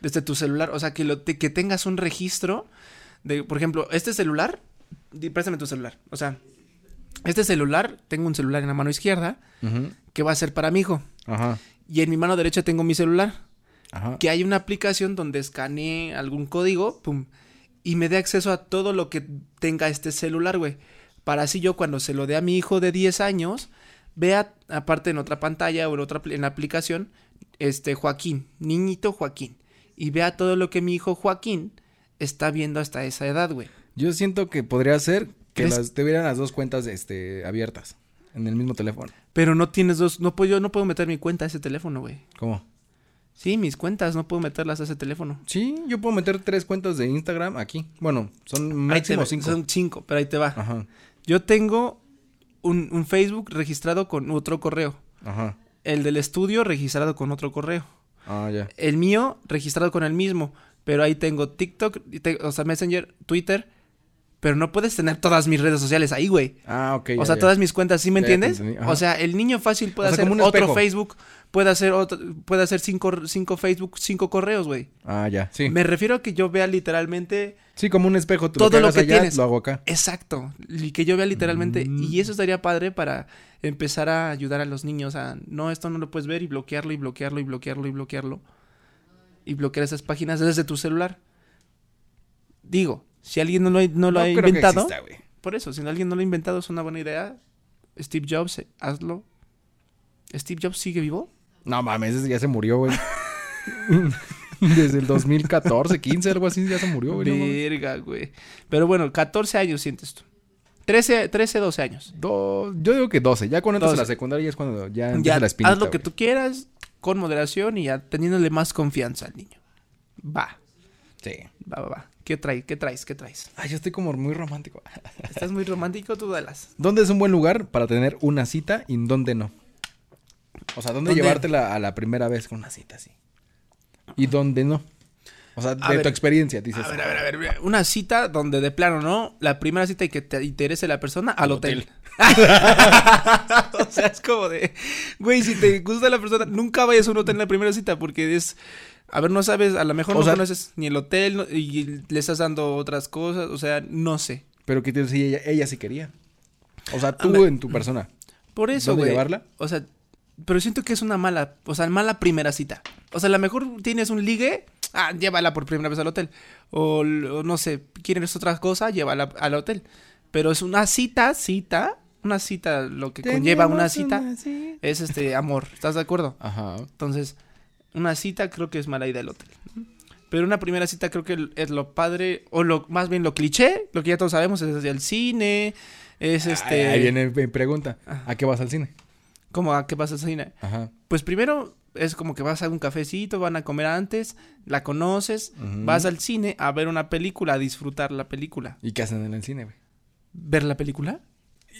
[SPEAKER 1] Desde tu celular, o sea, que, lo, te- que tengas un registro de, por ejemplo, este celular, di- préstame tu celular, o sea, este celular, tengo un celular en la mano izquierda
[SPEAKER 2] Ujú.
[SPEAKER 1] que va a ser para mi hijo
[SPEAKER 2] Ajá.
[SPEAKER 1] y en mi mano derecha tengo mi celular
[SPEAKER 2] Ajá.
[SPEAKER 1] que hay una aplicación donde escanee algún código, pum, y me dé acceso a todo lo que tenga este celular, güey. Para así yo cuando se lo dé a mi hijo de 10 años, vea, aparte en otra pantalla o en otra apl- en la aplicación, este Joaquín, niñito Joaquín, y vea todo lo que mi hijo Joaquín está viendo hasta esa edad, güey.
[SPEAKER 2] Yo siento que podría ser que
[SPEAKER 1] ¿Crees?
[SPEAKER 2] las, tuvieran las dos cuentas este, abiertas en el mismo teléfono.
[SPEAKER 1] Pero no tienes dos, no puedo, yo no puedo meter mi cuenta a ese teléfono, güey.
[SPEAKER 2] ¿Cómo?
[SPEAKER 1] Sí, mis cuentas, no puedo meterlas a ese teléfono.
[SPEAKER 2] Sí, yo puedo meter tres cuentas de Instagram aquí. Bueno, son
[SPEAKER 1] Ahí te
[SPEAKER 2] máximo
[SPEAKER 1] va,
[SPEAKER 2] cinco.
[SPEAKER 1] Son cinco, pero ahí te va.
[SPEAKER 2] Ajá,
[SPEAKER 1] Yo tengo un, un Facebook registrado con otro correo.
[SPEAKER 2] ajá.
[SPEAKER 1] El del estudio registrado con otro correo.
[SPEAKER 2] Ah, ya.
[SPEAKER 1] El mío registrado con el mismo. Pero ahí tengo TikTok, y te- o sea, Messenger, Twitter. Pero no puedes tener todas mis redes sociales ahí, güey.
[SPEAKER 2] Ah, ok.
[SPEAKER 1] O
[SPEAKER 2] ya,
[SPEAKER 1] sea,
[SPEAKER 2] ya.
[SPEAKER 1] todas mis cuentas, ¿sí me
[SPEAKER 2] Ya, ya te
[SPEAKER 1] entiendes?
[SPEAKER 2] entendí, ajá.
[SPEAKER 1] O sea, el niño fácil puede
[SPEAKER 2] O sea,
[SPEAKER 1] hacer
[SPEAKER 2] como un
[SPEAKER 1] otro
[SPEAKER 2] espejo.
[SPEAKER 1] Facebook, puede hacer otro, puede hacer cinco, cinco Facebook, cinco correos, güey.
[SPEAKER 2] Ah, ya. Sí.
[SPEAKER 1] Me refiero a que yo vea literalmente
[SPEAKER 2] Sí, como un espejo. Tú
[SPEAKER 1] Todo lo
[SPEAKER 2] hagas
[SPEAKER 1] que
[SPEAKER 2] allá,
[SPEAKER 1] tienes.
[SPEAKER 2] Lo hago acá.
[SPEAKER 1] Exacto, y que yo vea literalmente,
[SPEAKER 2] Mm.
[SPEAKER 1] y eso estaría padre para empezar a ayudar a los niños a, no, esto no lo puedes ver y bloquearlo y bloquearlo y bloquearlo y bloquearlo. Y bloquear esas páginas desde tu celular. Digo, si alguien no lo, ha- no lo
[SPEAKER 2] No
[SPEAKER 1] ha
[SPEAKER 2] creo que
[SPEAKER 1] inventado,
[SPEAKER 2] exista, güey.
[SPEAKER 1] por eso, si alguien no lo ha inventado es una buena idea. Steve Jobs, eh, hazlo. ¿Steve Jobs sigue vivo?
[SPEAKER 2] No mames, ese ya se murió, güey. [LAUGHS] Desde el 2014, 15, algo así, ya se murió, güey. no mames.
[SPEAKER 1] Verga, güey. Pero bueno, 14 años sientes tú. 13, 13 12 años.
[SPEAKER 2] Do- Yo digo que 12. Ya cuando entras a la
[SPEAKER 1] 12.
[SPEAKER 2] secundaria ya es cuando ya
[SPEAKER 1] ya,
[SPEAKER 2] empieza la
[SPEAKER 1] haz
[SPEAKER 2] espinita,
[SPEAKER 1] lo que
[SPEAKER 2] güey.
[SPEAKER 1] tú quieras con moderación y ya teniéndole más confianza al niño. Va,
[SPEAKER 2] Sí.
[SPEAKER 1] va, va, va. ¿Qué traes? ¿Qué traes? ¿Qué traes?
[SPEAKER 2] Ay, yo estoy como
[SPEAKER 1] [LAUGHS]
[SPEAKER 2] muy romántico.
[SPEAKER 1] Estás muy romántico, tú dalas.
[SPEAKER 2] ¿Dónde es un buen lugar para tener una cita y dónde no? O sea, ¿dónde,
[SPEAKER 1] ¿Dónde?
[SPEAKER 2] llevártela a la primera vez con una cita así? ¿Y dónde no? O sea, de
[SPEAKER 1] A
[SPEAKER 2] tu
[SPEAKER 1] ver.
[SPEAKER 2] experiencia, dices. "Ah".
[SPEAKER 1] A ver, a ver, a ver, mira, Una cita donde de plano, ¿no? La primera cita y que te interese la persona al hotel. [LAUGHS] o sea, es como de, güey, si te gusta la persona, nunca vayas a un hotel en la primera cita porque es, a ver, no sabes, a lo mejor
[SPEAKER 2] O
[SPEAKER 1] no
[SPEAKER 2] sea-
[SPEAKER 1] conoces ni el hotel no- y le estás dando otras cosas, o sea, no sé.
[SPEAKER 2] Pero ¿qué te si ella, ella sí quería? O sea, tú
[SPEAKER 1] Hombre.
[SPEAKER 2] en tu persona.
[SPEAKER 1] Por eso,
[SPEAKER 2] ¿Dónde
[SPEAKER 1] güey.
[SPEAKER 2] llevarla?
[SPEAKER 1] O sea, pero siento que es una mala, o sea, mala primera cita. O sea, a lo mejor tienes un ligue, ah, llévala por primera vez al hotel. O, l- o no sé, quieres otra cosa, llévala al hotel. Pero es una cita, cita, una cita, lo que conlleva una cita es este amor, ¿estás de acuerdo?
[SPEAKER 2] Ajá.
[SPEAKER 1] Entonces, una cita creo que es mala idea del hotel. Pero una primera cita creo que es lo padre, o lo más bien lo cliché, lo que ya todos sabemos, es el cine, es este...
[SPEAKER 2] Ah, Ahí viene mi pregunta. ¿A qué vas al cine?
[SPEAKER 1] Como a Ah, qué pasa al cine.
[SPEAKER 2] Ajá.
[SPEAKER 1] Pues primero es como que vas a un cafecito, van a comer antes, la conoces,
[SPEAKER 2] Ujú.
[SPEAKER 1] vas al cine a ver una película, a disfrutar la película.
[SPEAKER 2] ¿Y qué hacen en el cine, güey?
[SPEAKER 1] ¿Ver la película?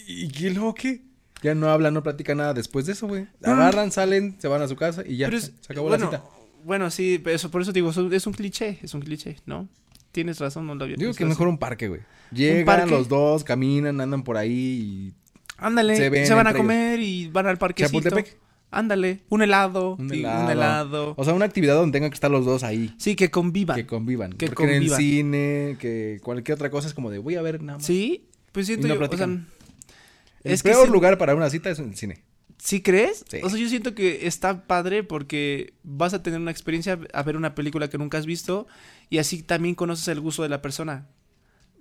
[SPEAKER 2] ¿Y qué luego qué? Ya no hablan, no platican nada después de eso, güey. Agarran, salen, se van a su casa y ya.
[SPEAKER 1] Ah. Pero es-
[SPEAKER 2] se acabó
[SPEAKER 1] bueno,
[SPEAKER 2] la cita.
[SPEAKER 1] Bueno, sí, pero eso, por eso digo, es un, es un cliché, es un cliché, ¿no? Tienes razón, no lo había
[SPEAKER 2] Digo que
[SPEAKER 1] pensado
[SPEAKER 2] mejor un parque, güey. Llegan
[SPEAKER 1] parque?
[SPEAKER 2] los dos, caminan, andan por ahí
[SPEAKER 1] así. Ándale,
[SPEAKER 2] se
[SPEAKER 1] se,
[SPEAKER 2] ven
[SPEAKER 1] van a
[SPEAKER 2] entre
[SPEAKER 1] comer y van al
[SPEAKER 2] y...
[SPEAKER 1] parquecito.
[SPEAKER 2] ¿Chapultepec?
[SPEAKER 1] Ándale, un helado, sí, un helado.
[SPEAKER 2] O sea, una actividad donde tengan que estar los dos ahí.
[SPEAKER 1] Sí, que convivan.
[SPEAKER 2] Que convivan.
[SPEAKER 1] Que
[SPEAKER 2] Porque en el
[SPEAKER 1] convivan.
[SPEAKER 2] cine, que cualquier otra cosa es como de voy a ver nada más.
[SPEAKER 1] Sí, pues siento
[SPEAKER 2] Y no
[SPEAKER 1] yo, o sea,
[SPEAKER 2] platican. el
[SPEAKER 1] es que
[SPEAKER 2] peor
[SPEAKER 1] sí-
[SPEAKER 2] lugar para una cita es en el cine.
[SPEAKER 1] ¿Sí crees?
[SPEAKER 2] Sí.
[SPEAKER 1] O sea, yo siento que está padre porque vas a tener una experiencia a ver una película que nunca has visto y así también conoces el gusto de la persona.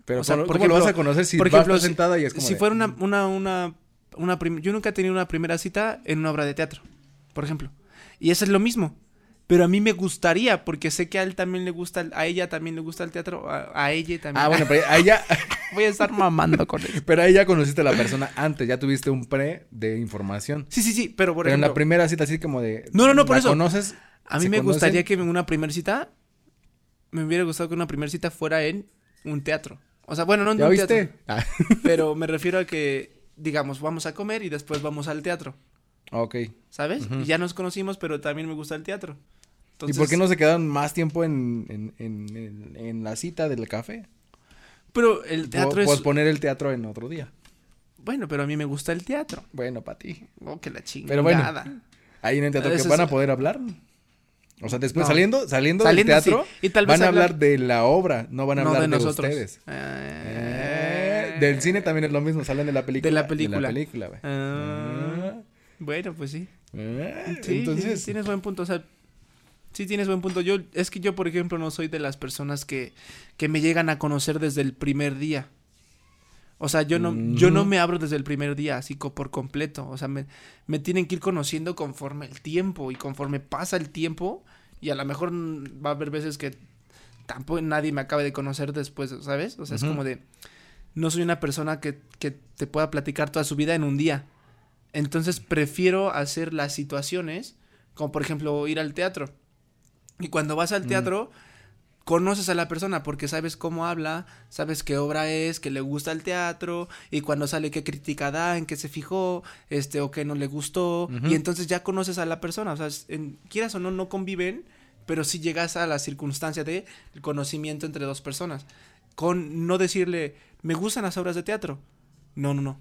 [SPEAKER 2] Pero
[SPEAKER 1] O sea,
[SPEAKER 2] ¿cómo,
[SPEAKER 1] por
[SPEAKER 2] cómo lo
[SPEAKER 1] ejemplo-
[SPEAKER 2] vas a conocer si
[SPEAKER 1] por
[SPEAKER 2] vas
[SPEAKER 1] ejemplo,
[SPEAKER 2] tú sentada y es como
[SPEAKER 1] si
[SPEAKER 2] de, "Mm".
[SPEAKER 1] fuera una, una, una, una prim- yo nunca he tenido una primera cita en una obra de teatro, por ejemplo. Y eso es lo mismo. Pero a mí me gustaría, porque sé que a él también le gusta, el- a ella también le gusta el teatro, a, a ella también.
[SPEAKER 2] Ah, bueno, pero ahí ya,
[SPEAKER 1] [LAUGHS]
[SPEAKER 2] [LAUGHS]
[SPEAKER 1] Voy a estar mamando con eso.
[SPEAKER 2] pero ahí ya conociste a la persona antes, ya tuviste un pre de información.
[SPEAKER 1] Sí, sí, sí, pero por
[SPEAKER 2] pero en
[SPEAKER 1] ejemplo,
[SPEAKER 2] la primera cita así como de...
[SPEAKER 1] No, no, no, por
[SPEAKER 2] ¿la
[SPEAKER 1] eso.
[SPEAKER 2] conoces?
[SPEAKER 1] a mí
[SPEAKER 2] ¿Se
[SPEAKER 1] me gustaría
[SPEAKER 2] conocen?
[SPEAKER 1] que en una primera cita, me hubiera gustado que una primera cita fuera en un teatro. O sea, bueno, no en
[SPEAKER 2] ¿Ya
[SPEAKER 1] un
[SPEAKER 2] viste?
[SPEAKER 1] teatro,
[SPEAKER 2] Ah, [LAUGHS]
[SPEAKER 1] pero me refiero a que, digamos, vamos a comer y después vamos al teatro.
[SPEAKER 2] ok.
[SPEAKER 1] ¿sabes? Y ya nos conocimos, pero también me gusta el teatro.
[SPEAKER 2] ¿Y por qué no se quedaron más tiempo en, en, en- en- en la cita del café?
[SPEAKER 1] Pero el teatro
[SPEAKER 2] Po-
[SPEAKER 1] es...
[SPEAKER 2] Posponer el teatro en otro día.
[SPEAKER 1] Bueno, pero a mí me gusta el teatro.
[SPEAKER 2] Bueno, para ti.
[SPEAKER 1] Oh, que la chingada.
[SPEAKER 2] Pero bueno, ahí en el teatro
[SPEAKER 1] Eso
[SPEAKER 2] que van
[SPEAKER 1] es-
[SPEAKER 2] a poder hablar. O sea, después
[SPEAKER 1] No.
[SPEAKER 2] saliendo, saliendo,
[SPEAKER 1] Saliendo,
[SPEAKER 2] del teatro,
[SPEAKER 1] sí. Y tal vez
[SPEAKER 2] van a hablar
[SPEAKER 1] hablar-
[SPEAKER 2] de la obra, no van a
[SPEAKER 1] no
[SPEAKER 2] hablar
[SPEAKER 1] de,
[SPEAKER 2] de,
[SPEAKER 1] nosotros.
[SPEAKER 2] ustedes.
[SPEAKER 1] Eh,
[SPEAKER 2] Eh, Del cine también es lo mismo, salen de la película.
[SPEAKER 1] la película.
[SPEAKER 2] De la película, güey. Mm.
[SPEAKER 1] Ah, Bueno, pues sí.
[SPEAKER 2] Eh,
[SPEAKER 1] Sí, Entonces...
[SPEAKER 2] Entonces,
[SPEAKER 1] tienes buen punto, o sea... Sí, tienes buen punto. Yo, es que yo, por ejemplo, no soy de las personas que, que me llegan a conocer desde el primer día. O sea, yo no, yo no
[SPEAKER 2] Ujú.
[SPEAKER 1] me abro desde el primer día, así co- por completo. O sea, me, me tienen que ir conociendo conforme el tiempo y conforme pasa el tiempo. Y a lo mejor mm, va a haber veces que tampoco nadie me acabe de conocer después, ¿sabes? O sea, es
[SPEAKER 2] Ujú.
[SPEAKER 1] como de, no soy una persona que, que te pueda platicar toda su vida en un día. Entonces prefiero hacer las situaciones, como por ejemplo ir al teatro. Y cuando vas al teatro, conoces a la persona porque sabes cómo habla, sabes qué obra es, que le gusta el teatro, y cuando sale qué crítica da, en qué se fijó, este, o qué no le gustó,
[SPEAKER 2] Ujú.
[SPEAKER 1] y entonces ya conoces a la persona, o sea, es- en- quieras o no, no conviven, pero si llegas a la circunstancia de el conocimiento entre dos personas, con no decirle, me gustan las obras de teatro, no, no, no,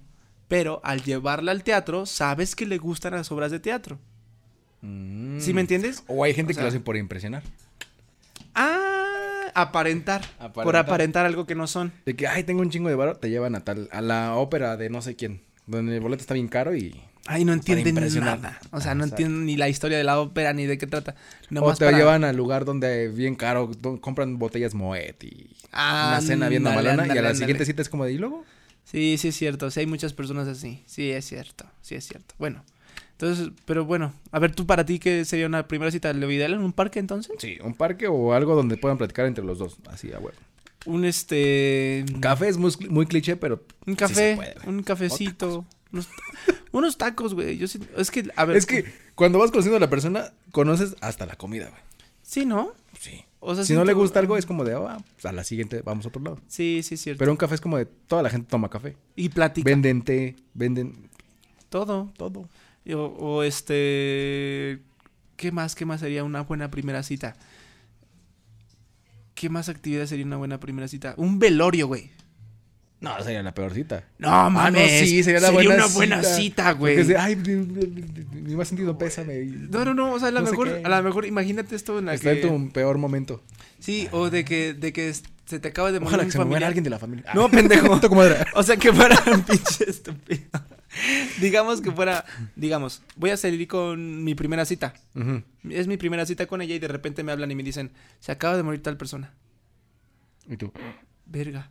[SPEAKER 1] pero al llevarla al teatro, sabes que le gustan las obras de teatro,
[SPEAKER 2] mm.
[SPEAKER 1] ¿sí me entiendes?
[SPEAKER 2] O hay gente
[SPEAKER 1] O
[SPEAKER 2] que lo
[SPEAKER 1] sea-
[SPEAKER 2] hace por impresionar.
[SPEAKER 1] Ah, aparentar, por
[SPEAKER 2] Aparentar.
[SPEAKER 1] aparentar algo que no son.
[SPEAKER 2] De que, ay, tengo un chingo de varo, te llevan a tal, a la ópera de no sé quién, donde el boleto está bien caro y...
[SPEAKER 1] Ay, no entienden
[SPEAKER 2] impresionar.
[SPEAKER 1] nada. O sea,
[SPEAKER 2] Ah,
[SPEAKER 1] no
[SPEAKER 2] exacto.
[SPEAKER 1] entienden ni la historia de la ópera ni de qué trata.
[SPEAKER 2] o
[SPEAKER 1] Nomás
[SPEAKER 2] te
[SPEAKER 1] para-
[SPEAKER 2] llevan al lugar donde bien caro, do- compran botellas Moet y una cena bien
[SPEAKER 1] Ándale,
[SPEAKER 2] malana y
[SPEAKER 1] ándale,
[SPEAKER 2] a la
[SPEAKER 1] ándale.
[SPEAKER 2] siguiente cita es como de, ¿y luego?
[SPEAKER 1] Sí, sí es cierto. Sí hay muchas personas así. Sí es cierto. Sí es cierto. Bueno. Entonces, pero bueno, a ver, tú para ti qué sería una primera cita, ¿lo ideal en un parque entonces?
[SPEAKER 2] Sí, un parque o algo donde puedan platicar entre los dos, así a huevo.
[SPEAKER 1] Un este
[SPEAKER 2] Café es muy, muy cliché, pero
[SPEAKER 1] un
[SPEAKER 2] sí se
[SPEAKER 1] café,
[SPEAKER 2] puede, güey.
[SPEAKER 1] un cafecito, unos, unos tacos, güey. Yo sí- es que a ver,
[SPEAKER 2] Es que cuando vas conociendo a la persona, conoces hasta la comida, güey.
[SPEAKER 1] sí, ¿no?
[SPEAKER 2] Sí.
[SPEAKER 1] O sea,
[SPEAKER 2] Si no le
[SPEAKER 1] siento-
[SPEAKER 2] gusta algo, es como de, "Ah, pues a la siguiente vamos a otro lado.
[SPEAKER 1] Sí, sí es cierto.
[SPEAKER 2] Pero un café es como de, toda la gente toma café.
[SPEAKER 1] y platica
[SPEAKER 2] Venden té, venden
[SPEAKER 1] todo.
[SPEAKER 2] todo.
[SPEAKER 1] Y O, o, este. ¿Qué más? ¿Qué más sería una buena primera cita? ¿Qué más actividad sería una buena primera cita? Un velorio, güey.
[SPEAKER 2] No, sería la peor cita.
[SPEAKER 1] Ah, No, mames.
[SPEAKER 2] Ah, no, sí, sería, la
[SPEAKER 1] una buena cita,
[SPEAKER 2] Porque
[SPEAKER 1] güey.
[SPEAKER 2] es de, ay, mi- mi mi- mi más sentido pésame. y-
[SPEAKER 1] No, no, no. O sea, a lo
[SPEAKER 2] No sé
[SPEAKER 1] mejor,
[SPEAKER 2] qué.
[SPEAKER 1] a lo mejor, imagínate esto en la
[SPEAKER 2] Está
[SPEAKER 1] que.
[SPEAKER 2] en tu peor momento.
[SPEAKER 1] Sí, o de que, de que se te acaba de morir
[SPEAKER 2] Ojalá
[SPEAKER 1] un
[SPEAKER 2] que se me muera
[SPEAKER 1] familiar.
[SPEAKER 2] alguien de la familia.
[SPEAKER 1] No, pendejo.
[SPEAKER 2] [LAUGHS] Tu comadre.
[SPEAKER 1] O sea, que fuera un [LAUGHS] pinche estúpido. digamos que fuera. Digamos, voy a salir con mi primera cita.
[SPEAKER 2] Ujú.
[SPEAKER 1] Es mi primera cita con ella y de repente me hablan y me dicen, se acaba de morir tal persona.
[SPEAKER 2] Y tú.
[SPEAKER 1] Verga.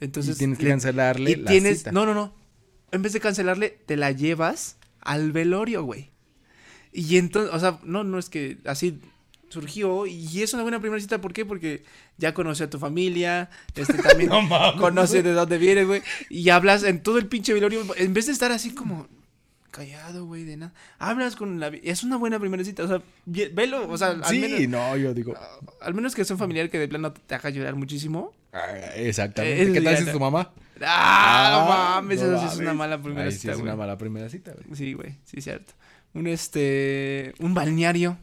[SPEAKER 1] Entonces.
[SPEAKER 2] y tienes que
[SPEAKER 1] le-
[SPEAKER 2] cancelarle
[SPEAKER 1] y
[SPEAKER 2] la
[SPEAKER 1] tienes-
[SPEAKER 2] cita.
[SPEAKER 1] No, no, no. En vez de cancelarle, te la llevas al velorio, güey. Y entonces, o sea, no, no es que así surgió y es una buena primera cita, ¿por qué? Porque ya conoció a tu familia,
[SPEAKER 2] [LAUGHS]
[SPEAKER 1] este también
[SPEAKER 2] No mames,
[SPEAKER 1] conoce de
[SPEAKER 2] güey.
[SPEAKER 1] dónde vienes, güey, y hablas en todo el pinche velorio, en vez de estar así como callado, güey, de nada, hablas con la... Es una buena primera cita, o sea, ve- velo, o sea, al,
[SPEAKER 2] sí,
[SPEAKER 1] menos,
[SPEAKER 2] no, yo digo.
[SPEAKER 1] al menos que sea un familiar que de plano te haga llorar muchísimo,
[SPEAKER 2] ah, Exactamente.
[SPEAKER 1] Eh,
[SPEAKER 2] ¿Qué tal
[SPEAKER 1] ya,
[SPEAKER 2] si es
[SPEAKER 1] no.
[SPEAKER 2] tu mamá?
[SPEAKER 1] Ah, no mames,
[SPEAKER 2] no
[SPEAKER 1] eso sí es una
[SPEAKER 2] mames.
[SPEAKER 1] mala primera
[SPEAKER 2] Ahí sí
[SPEAKER 1] cita,
[SPEAKER 2] es
[SPEAKER 1] güey.
[SPEAKER 2] una mala primera cita, güey.
[SPEAKER 1] Sí, güey, sí, cierto. Un este. Un balneario.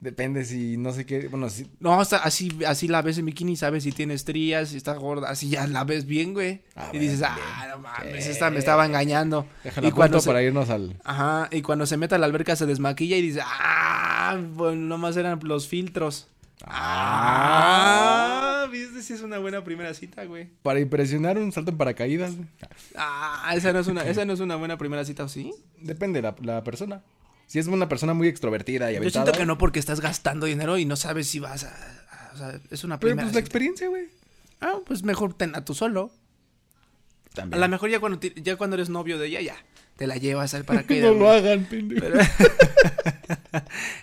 [SPEAKER 2] Depende si no sé qué. Bueno, si.
[SPEAKER 1] No, hasta así, así la ves en bikini, sabes si tiene estrías, si está gorda, así ya la ves bien, güey.
[SPEAKER 2] Ah,
[SPEAKER 1] y
[SPEAKER 2] bueno,
[SPEAKER 1] dices,
[SPEAKER 2] también.
[SPEAKER 1] ah, no mames,
[SPEAKER 2] Sí.
[SPEAKER 1] esta me estaba engañando.
[SPEAKER 2] Déjala
[SPEAKER 1] y cuando
[SPEAKER 2] cuento
[SPEAKER 1] se-
[SPEAKER 2] para irnos al.
[SPEAKER 1] Ajá, y cuando se meta a la alberca se desmaquilla y dice, ah, bueno, nomás eran los filtros. Ah, viste si es una buena primera cita, güey.
[SPEAKER 2] Para impresionar un salto en paracaídas. güey.
[SPEAKER 1] Ah, esa no es una, esa no es una buena primera cita, ¿o sí?
[SPEAKER 2] Depende la, la persona. Si es una persona muy extrovertida y
[SPEAKER 1] Yo
[SPEAKER 2] aventada.
[SPEAKER 1] siento que no porque estás gastando dinero y no sabes si vas a... a- o sea, es una
[SPEAKER 2] Pero
[SPEAKER 1] primera
[SPEAKER 2] pues
[SPEAKER 1] cita.
[SPEAKER 2] la experiencia, güey.
[SPEAKER 1] Ah, pues mejor ten a tú solo. A
[SPEAKER 2] También.
[SPEAKER 1] [LAUGHS] lo mejor ya cuando, ti- ya cuando eres novio de ella, ya. Te la llevas
[SPEAKER 2] [LAUGHS]
[SPEAKER 1] al paracaídas.
[SPEAKER 2] no lo
[SPEAKER 1] güey.
[SPEAKER 2] hagan, pendejo.
[SPEAKER 1] Pero-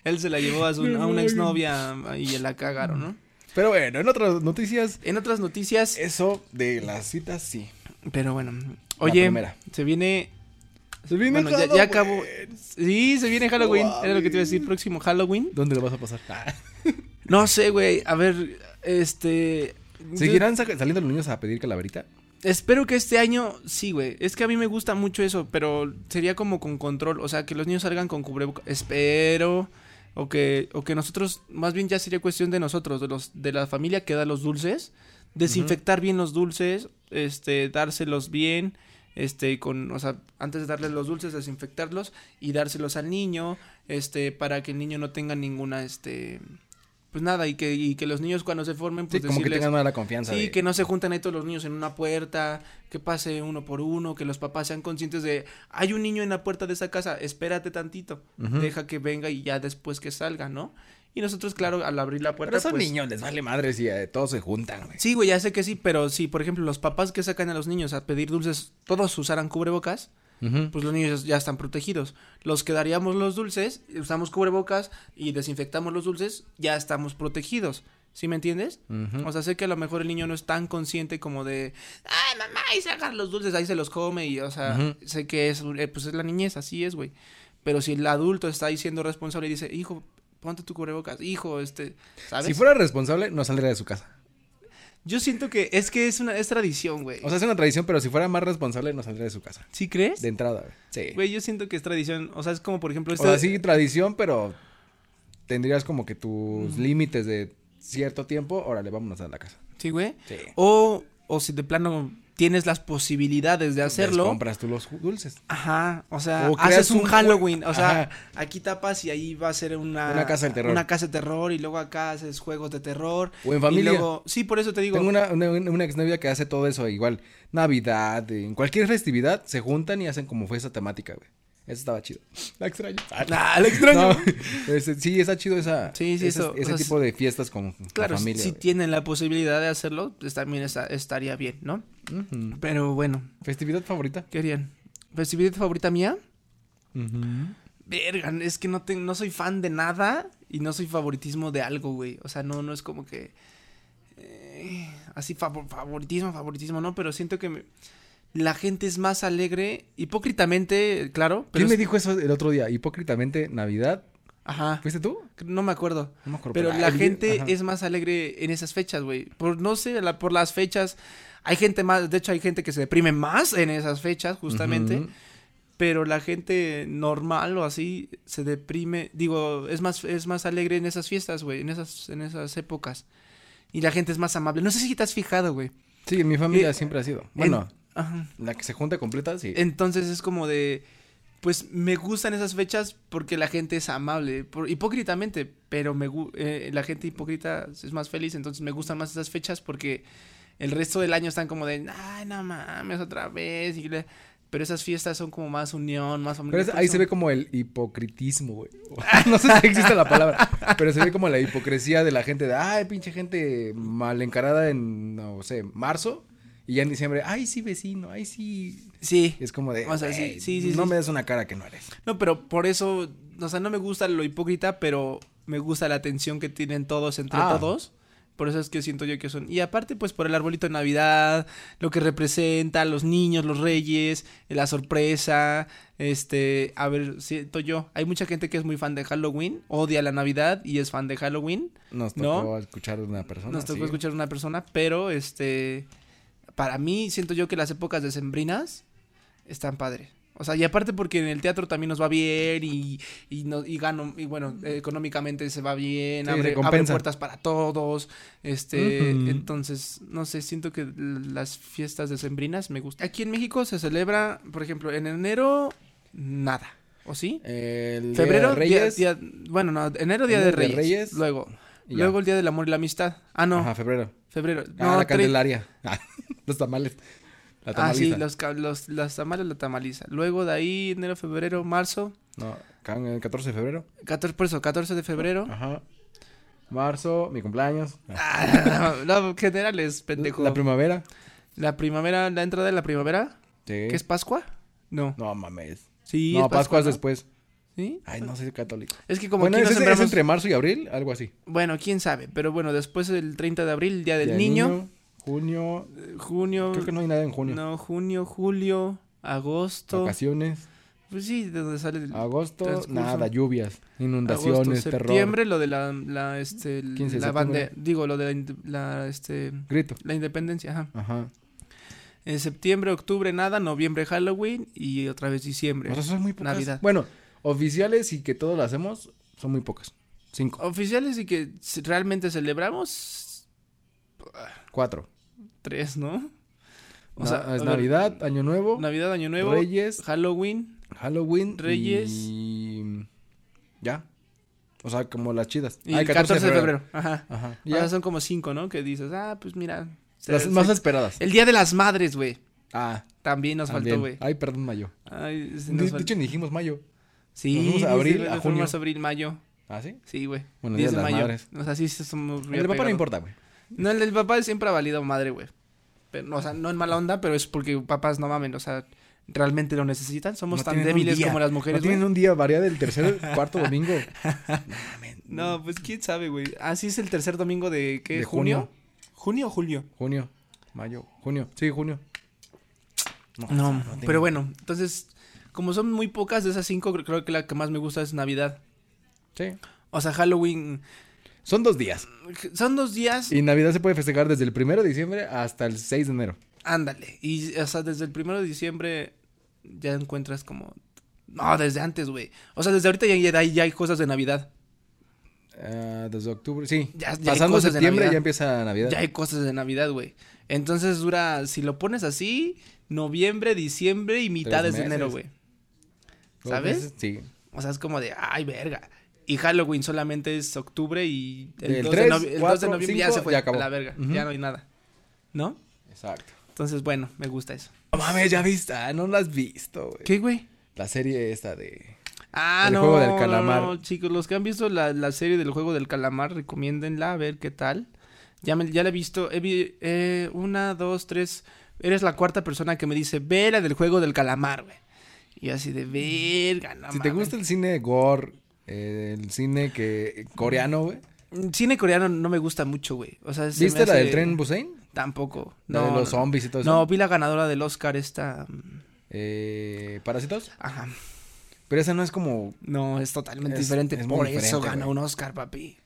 [SPEAKER 1] Él se la llevó a, su,
[SPEAKER 2] No
[SPEAKER 1] a
[SPEAKER 2] lo
[SPEAKER 1] una
[SPEAKER 2] hagan.
[SPEAKER 1] exnovia y la cagaron, ¿no?
[SPEAKER 2] [LAUGHS] Pero bueno, en otras noticias,
[SPEAKER 1] En otras noticias,
[SPEAKER 2] eso de las citas sí.
[SPEAKER 1] pero bueno.
[SPEAKER 2] Eh, La
[SPEAKER 1] Oye,
[SPEAKER 2] primera.
[SPEAKER 1] se viene.
[SPEAKER 2] Se viene
[SPEAKER 1] bueno, ya, ya
[SPEAKER 2] Halloween.
[SPEAKER 1] acabó. Sí, se viene Halloween. Era lo que te iba a decir,
[SPEAKER 2] Halloween.
[SPEAKER 1] próximo Halloween.
[SPEAKER 2] ¿Dónde lo vas a pasar? [LAUGHS] Ah.
[SPEAKER 1] No sé, güey. A ver, este.
[SPEAKER 2] ¿Seguirán saca- saliendo los niños a pedir calaverita?
[SPEAKER 1] Pues Espero que este año, sí, güey. Es que a mí me gusta mucho eso, pero sería como con control. O sea, que los niños salgan con cubrebocas. Espero. O que, o que nosotros, más bien ya sería cuestión de nosotros, de los, de la familia que da los dulces, desinfectar bien los dulces, este, dárselos bien, este, con, o sea, antes de darles los dulces, desinfectarlos y dárselos al niño, este, para que el niño no tenga ninguna, este, pues nada, y que, y que los niños cuando se formen,
[SPEAKER 2] Sí,
[SPEAKER 1] pues
[SPEAKER 2] como que
[SPEAKER 1] decirles-
[SPEAKER 2] tengan mala confianza.
[SPEAKER 1] Sí,
[SPEAKER 2] de-
[SPEAKER 1] que no se juntan ahí todos los niños en una puerta, que pase uno por uno, que los papás sean conscientes de, hay un niño en la puerta de esa casa, espérate tantito,
[SPEAKER 2] Ujú.
[SPEAKER 1] deja que venga y ya después que salga, ¿no? Y nosotros, claro, al abrir la puerta...
[SPEAKER 2] Pero son
[SPEAKER 1] pues,
[SPEAKER 2] niños, les vale madre si eh, todos se juntan, güey.
[SPEAKER 1] Sí, güey, ya sé que sí, pero si, por ejemplo, los papás que sacan a los niños a pedir dulces, todos usaran cubrebocas,
[SPEAKER 2] Ujú.
[SPEAKER 1] pues los niños ya están protegidos. Los que daríamos los dulces, usamos cubrebocas y desinfectamos los dulces, ya estamos protegidos. ¿Sí me entiendes?
[SPEAKER 2] Ujú.
[SPEAKER 1] O sea, sé que a lo mejor el niño no es tan consciente como de, ay, mamá, ahí se agarran los dulces, ahí se los come y, o sea,
[SPEAKER 2] Ujú.
[SPEAKER 1] sé que es, eh, pues es la niñez, así es, güey. Pero si el adulto está ahí siendo responsable y dice, hijo, ponte tu cubrebocas, hijo, este, ¿sabes?
[SPEAKER 2] Si fuera responsable, no saldría de su casa.
[SPEAKER 1] Yo siento que es que es una, es tradición, güey.
[SPEAKER 2] O sea, es una tradición, pero si fuera más responsable, no saldría de su casa.
[SPEAKER 1] ¿Sí crees?
[SPEAKER 2] De entrada, güey. Sí.
[SPEAKER 1] Güey, yo siento que es tradición, o sea, es como, por ejemplo,
[SPEAKER 2] o
[SPEAKER 1] este...
[SPEAKER 2] sea, sí, tradición, pero tendrías como que tus límites de cierto tiempo. Órale, vámonos a la casa.
[SPEAKER 1] Sí, güey.
[SPEAKER 2] Sí.
[SPEAKER 1] O, o si de plano tienes las posibilidades de
[SPEAKER 2] Les
[SPEAKER 1] hacerlo.
[SPEAKER 2] compras tú los ju- dulces.
[SPEAKER 1] Ajá, o sea,
[SPEAKER 2] O creas
[SPEAKER 1] haces un,
[SPEAKER 2] un-
[SPEAKER 1] Halloween, o sea,
[SPEAKER 2] Ajá.
[SPEAKER 1] aquí tapas y ahí va a ser una...
[SPEAKER 2] Una casa del terror.
[SPEAKER 1] Una casa de terror y luego acá haces juegos de terror.
[SPEAKER 2] O en
[SPEAKER 1] y
[SPEAKER 2] familia.
[SPEAKER 1] luego- sí, por eso te digo,
[SPEAKER 2] Tengo una, una, una exnovia que hace todo eso igual. Navidad, eh, en cualquier festividad, se juntan y hacen como fue esa temática, güey. Eso estaba chido. [LAUGHS] La extraño.
[SPEAKER 1] [LAUGHS] Ah, la extraño.
[SPEAKER 2] No, este, sí, está chido esa,
[SPEAKER 1] Sí, sí,
[SPEAKER 2] ese,
[SPEAKER 1] eso, o
[SPEAKER 2] ese
[SPEAKER 1] sea,
[SPEAKER 2] tipo de fiestas con
[SPEAKER 1] claro,
[SPEAKER 2] la
[SPEAKER 1] si-
[SPEAKER 2] familia.
[SPEAKER 1] si
[SPEAKER 2] güey.
[SPEAKER 1] tienen la posibilidad de hacerlo, pues también está- estaría bien, ¿no?
[SPEAKER 2] Ujú.
[SPEAKER 1] Pero bueno,
[SPEAKER 2] ¿Festividad favorita?
[SPEAKER 1] ¿qué harían? ¿Festividad favorita mía? Verga, es que no, te- no soy fan de nada y no soy favoritismo de algo, güey. O sea, no, no es como que... eh, así favor- favoritismo, favoritismo, ¿no? Pero siento que me- la gente es más alegre, hipócritamente, claro. Pero
[SPEAKER 2] ¿Quién me
[SPEAKER 1] es-
[SPEAKER 2] dijo eso el otro día? Hipócritamente, Navidad.
[SPEAKER 1] Ajá,
[SPEAKER 2] ¿Fuiste tú?
[SPEAKER 1] no me acuerdo.
[SPEAKER 2] No me acuerdo.
[SPEAKER 1] Pero
[SPEAKER 2] pero
[SPEAKER 1] la
[SPEAKER 2] alguien-
[SPEAKER 1] gente
[SPEAKER 2] ajá.
[SPEAKER 1] es más alegre en esas fechas, güey. Por, no sé, la- por las fechas. Hay gente más, de hecho hay gente que se deprime más en esas fechas, justamente.
[SPEAKER 2] Ujú.
[SPEAKER 1] pero la gente normal o así se deprime, digo, es más es más alegre en esas fiestas, güey, en esas en esas épocas. Y la gente es más amable. No sé si te has fijado, güey.
[SPEAKER 2] Sí, mi familia
[SPEAKER 1] Eh,
[SPEAKER 2] siempre ha sido. Bueno,
[SPEAKER 1] En- ajá.
[SPEAKER 2] la que se junta completa, sí.
[SPEAKER 1] Entonces es como de pues me gustan esas fechas porque la gente es amable, por- hipócritamente, pero me gu- eh, la gente hipócrita es más feliz, entonces me gustan más esas fechas porque el resto del año están como de, ay, no mames, otra vez. y le- pero esas fiestas son como más unión, más familia.
[SPEAKER 2] Pero es-
[SPEAKER 1] por
[SPEAKER 2] ahí
[SPEAKER 1] eso-
[SPEAKER 2] se ve como el hipocritismo, güey. [LAUGHS] No sé si existe la palabra, pero se ve como la hipocresía de la gente de, ay, pinche gente mal encarada en, no sé, marzo. Y ya en diciembre, ay, sí, vecino, ay, sí.
[SPEAKER 1] Sí.
[SPEAKER 2] Y es como de,
[SPEAKER 1] O sea, sí,
[SPEAKER 2] "Güey,
[SPEAKER 1] sí, sí,
[SPEAKER 2] no
[SPEAKER 1] sí.
[SPEAKER 2] me des una cara que no eres.
[SPEAKER 1] No, pero por eso, o sea, no me gusta lo hipócrita, pero me gusta la atención que tienen todos entre
[SPEAKER 2] Ah.
[SPEAKER 1] todos. Por eso es que siento yo que son. Y aparte, pues por el arbolito de Navidad, lo que representa, los niños, los reyes, la sorpresa. Este, a ver, siento yo. Hay mucha gente que es muy fan de Halloween, odia la Navidad y es fan de Halloween.
[SPEAKER 2] Nos
[SPEAKER 1] ¿No?
[SPEAKER 2] tocó escuchar a una persona.
[SPEAKER 1] Nos tocó
[SPEAKER 2] sí.
[SPEAKER 1] escuchar a una persona, pero este. Para mí, siento yo que las épocas decembrinas están padre. O sea, y aparte porque en el teatro también nos va bien y, y, no- y gano, y bueno, eh, económicamente se va bien,
[SPEAKER 2] Sí,
[SPEAKER 1] abre,
[SPEAKER 2] recompensa.
[SPEAKER 1] abre puertas para todos, este,
[SPEAKER 2] Ujú.
[SPEAKER 1] entonces, no sé, siento que l- las fiestas decembrinas me gustan. Aquí en México se celebra, por ejemplo, en enero, nada, ¿o sí?
[SPEAKER 2] El Día
[SPEAKER 1] Febrero,
[SPEAKER 2] de Reyes.
[SPEAKER 1] día- día- bueno, no, enero, día
[SPEAKER 2] Enero
[SPEAKER 1] de Reyes, luego,
[SPEAKER 2] y ya.
[SPEAKER 1] luego el Día del Amor y la Amistad, ah, no,
[SPEAKER 2] Ajá, febrero.
[SPEAKER 1] Febrero.
[SPEAKER 2] Ah, la
[SPEAKER 1] tre-
[SPEAKER 2] Candelaria. [LAUGHS] Ah, los tamales. La
[SPEAKER 1] Ah, sí,
[SPEAKER 2] tamaliza.
[SPEAKER 1] los, ca- los, las tamales, la tamaliza. Luego de ahí, enero, febrero, marzo.
[SPEAKER 2] No, can- el 14 de febrero.
[SPEAKER 1] 14, por eso, 14 de febrero.
[SPEAKER 2] Ajá. Marzo, mi cumpleaños.
[SPEAKER 1] Ah, no, generales, pendejo.
[SPEAKER 2] La primavera.
[SPEAKER 1] La primavera, la entrada de la primavera,
[SPEAKER 2] Sí.
[SPEAKER 1] que es Pascua. No.
[SPEAKER 2] No mames.
[SPEAKER 1] Sí,
[SPEAKER 2] no,
[SPEAKER 1] es
[SPEAKER 2] Pascua, es
[SPEAKER 1] ¿no?
[SPEAKER 2] después.
[SPEAKER 1] ¿Sí?
[SPEAKER 2] Ay, no soy católico.
[SPEAKER 1] Es que como
[SPEAKER 2] bueno,
[SPEAKER 1] aquí
[SPEAKER 2] es,
[SPEAKER 1] no
[SPEAKER 2] es- es
[SPEAKER 1] sembramos...
[SPEAKER 2] entre marzo y abril, algo así.
[SPEAKER 1] Bueno, quién sabe, pero bueno, después del 30 de abril, Día del
[SPEAKER 2] Ya
[SPEAKER 1] Niño,
[SPEAKER 2] Junio.
[SPEAKER 1] eh, junio,
[SPEAKER 2] Creo que no hay nada en junio.
[SPEAKER 1] no, junio, julio, agosto,
[SPEAKER 2] Vacaciones.
[SPEAKER 1] pues sí, de donde sale el
[SPEAKER 2] Ah, Agosto,
[SPEAKER 1] transcurso.
[SPEAKER 2] nada, lluvias,
[SPEAKER 1] agosto,
[SPEAKER 2] inundaciones, terror.
[SPEAKER 1] septiembre, lo de la, la, este, el-
[SPEAKER 2] 15 de
[SPEAKER 1] la
[SPEAKER 2] septiembre.
[SPEAKER 1] bandera, digo, lo de la, ind- la, este,
[SPEAKER 2] Grito.
[SPEAKER 1] la independencia, ajá.
[SPEAKER 2] Ajá.
[SPEAKER 1] En septiembre, octubre, nada, noviembre, Halloween y otra vez diciembre.
[SPEAKER 2] O sea, son muy pocas.
[SPEAKER 1] Navidad.
[SPEAKER 2] Bueno, oficiales y que todos lo hacemos, son muy pocas. Cinco,
[SPEAKER 1] Oficiales y que s- realmente celebramos
[SPEAKER 2] cuatro.
[SPEAKER 1] tres, ¿no?
[SPEAKER 2] Na- es
[SPEAKER 1] a ver,
[SPEAKER 2] Navidad, Año Nuevo,
[SPEAKER 1] Navidad, Año Nuevo,
[SPEAKER 2] Reyes,
[SPEAKER 1] Halloween,
[SPEAKER 2] Halloween,
[SPEAKER 1] Reyes.
[SPEAKER 2] y ya. O sea, como las chidas.
[SPEAKER 1] Y
[SPEAKER 2] Ah,
[SPEAKER 1] el 14 de febrero. Ajá.
[SPEAKER 2] Ajá.
[SPEAKER 1] O
[SPEAKER 2] Ya.
[SPEAKER 1] sea, son como cinco, ¿no? Que dices, ah, pues mira. se-
[SPEAKER 2] Las
[SPEAKER 1] se-
[SPEAKER 2] más esperadas.
[SPEAKER 1] El día de las madres, güey.
[SPEAKER 2] Ah,
[SPEAKER 1] También nos
[SPEAKER 2] también.
[SPEAKER 1] faltó, güey.
[SPEAKER 2] Ay, perdón, mayo.
[SPEAKER 1] Ay, se
[SPEAKER 2] Di-
[SPEAKER 1] nos
[SPEAKER 2] De,
[SPEAKER 1] fal-
[SPEAKER 2] hecho, ni dijimos mayo.
[SPEAKER 1] Sí,
[SPEAKER 2] nos fuimos a
[SPEAKER 1] sí,
[SPEAKER 2] abril,
[SPEAKER 1] sí,
[SPEAKER 2] a
[SPEAKER 1] nos fuimos
[SPEAKER 2] junio.
[SPEAKER 1] marzo, abril, mayo.
[SPEAKER 2] ¿Ah, sí?
[SPEAKER 1] Sí, güey.
[SPEAKER 2] Bueno,
[SPEAKER 1] 10
[SPEAKER 2] Día
[SPEAKER 1] de
[SPEAKER 2] de las
[SPEAKER 1] mayo.
[SPEAKER 2] Madres.
[SPEAKER 1] O sea, sí, sí somos
[SPEAKER 2] El papá no
[SPEAKER 1] apegados.
[SPEAKER 2] importa, güey.
[SPEAKER 1] No, el del papá siempre ha valido madre, güey. Pero, o sea, no en mala onda, pero es porque papás no mamen, o sea, realmente lo necesitan. Somos
[SPEAKER 2] No
[SPEAKER 1] tan
[SPEAKER 2] tienen un
[SPEAKER 1] débiles
[SPEAKER 2] día.
[SPEAKER 1] como las
[SPEAKER 2] No
[SPEAKER 1] mujeres, güey.
[SPEAKER 2] tienen
[SPEAKER 1] No,
[SPEAKER 2] un día, varía
[SPEAKER 1] [LAUGHS]
[SPEAKER 2] del tercer, cuarto domingo.
[SPEAKER 1] pues quién sabe, güey. Así es el tercer domingo de ¿qué?
[SPEAKER 2] De
[SPEAKER 1] junio.
[SPEAKER 2] junio.
[SPEAKER 1] ¿Junio o julio?
[SPEAKER 2] Junio, mayo, junio. Sí, junio.
[SPEAKER 1] No,
[SPEAKER 2] tengo.
[SPEAKER 1] pero bueno, entonces, como son muy pocas de esas cinco, creo que la que más me gusta es Navidad.
[SPEAKER 2] Sí.
[SPEAKER 1] O sea, Halloween.
[SPEAKER 2] Son dos días.
[SPEAKER 1] Son dos días.
[SPEAKER 2] Y Navidad se puede festejar desde el primero de diciembre hasta el 6 de enero.
[SPEAKER 1] Ándale. Y, o sea, desde el primero de diciembre ya encuentras como. No, desde antes, güey. O sea, desde ahorita ya, ya hay- ya hay cosas de Navidad.
[SPEAKER 2] Ah, desde octubre, sí.
[SPEAKER 1] Ya- ya hay
[SPEAKER 2] Pasando
[SPEAKER 1] cosas de
[SPEAKER 2] septiembre
[SPEAKER 1] Navidad.
[SPEAKER 2] ya empieza Navidad.
[SPEAKER 1] Ya hay cosas de Navidad, güey. Entonces dura, si lo pones así, noviembre, diciembre y mitades de
[SPEAKER 2] meses.
[SPEAKER 1] enero, güey.
[SPEAKER 2] Dos
[SPEAKER 1] ¿sabes?
[SPEAKER 2] meses, Sí.
[SPEAKER 1] O sea, es como de, ay, verga. Y Halloween solamente es octubre y el,
[SPEAKER 2] Del
[SPEAKER 1] 2, de
[SPEAKER 2] tres,
[SPEAKER 1] novie- el 2 de
[SPEAKER 2] cuatro,
[SPEAKER 1] noviembre ya
[SPEAKER 2] cinco,
[SPEAKER 1] se fue
[SPEAKER 2] ya acabó.
[SPEAKER 1] a la verga.
[SPEAKER 2] Ujú.
[SPEAKER 1] Ya no hay nada. ¿No?
[SPEAKER 2] Exacto.
[SPEAKER 1] Entonces, bueno, me gusta eso.
[SPEAKER 2] No mames, ya viste. Ah, no la has visto, güey.
[SPEAKER 1] ¿Qué, güey?
[SPEAKER 2] La serie esta de.
[SPEAKER 1] Ah,
[SPEAKER 2] El
[SPEAKER 1] no,
[SPEAKER 2] juego del
[SPEAKER 1] no,
[SPEAKER 2] calamar.
[SPEAKER 1] no, chicos, los que han visto la, la serie del juego del calamar, recomiéndenla, a ver qué tal. Ya, me- ya la he visto, he vi- eh, una, dos, tres, eres la cuarta persona que me dice, ve la del juego del calamar, güey. Y yo así de verga, no
[SPEAKER 2] si te
[SPEAKER 1] mames".
[SPEAKER 2] gusta el cine gore, eh, el cine que coreano, güey.
[SPEAKER 1] Mm, Cine coreano no me gusta mucho, güey. O sea, se me
[SPEAKER 2] ¿Viste la
[SPEAKER 1] hace-
[SPEAKER 2] del tren Busein?
[SPEAKER 1] Tampoco.
[SPEAKER 2] La
[SPEAKER 1] No,
[SPEAKER 2] de los
[SPEAKER 1] no,
[SPEAKER 2] zombies y todo eso.
[SPEAKER 1] No, vi la ganadora del Oscar esta. mm,
[SPEAKER 2] Eh, ¿Parásitos?
[SPEAKER 1] Ajá.
[SPEAKER 2] Pero esa no es como.
[SPEAKER 1] No, es totalmente
[SPEAKER 2] Es-
[SPEAKER 1] diferente.
[SPEAKER 2] es muy
[SPEAKER 1] por eso
[SPEAKER 2] diferente,
[SPEAKER 1] ganó
[SPEAKER 2] güey.
[SPEAKER 1] un Oscar, papi.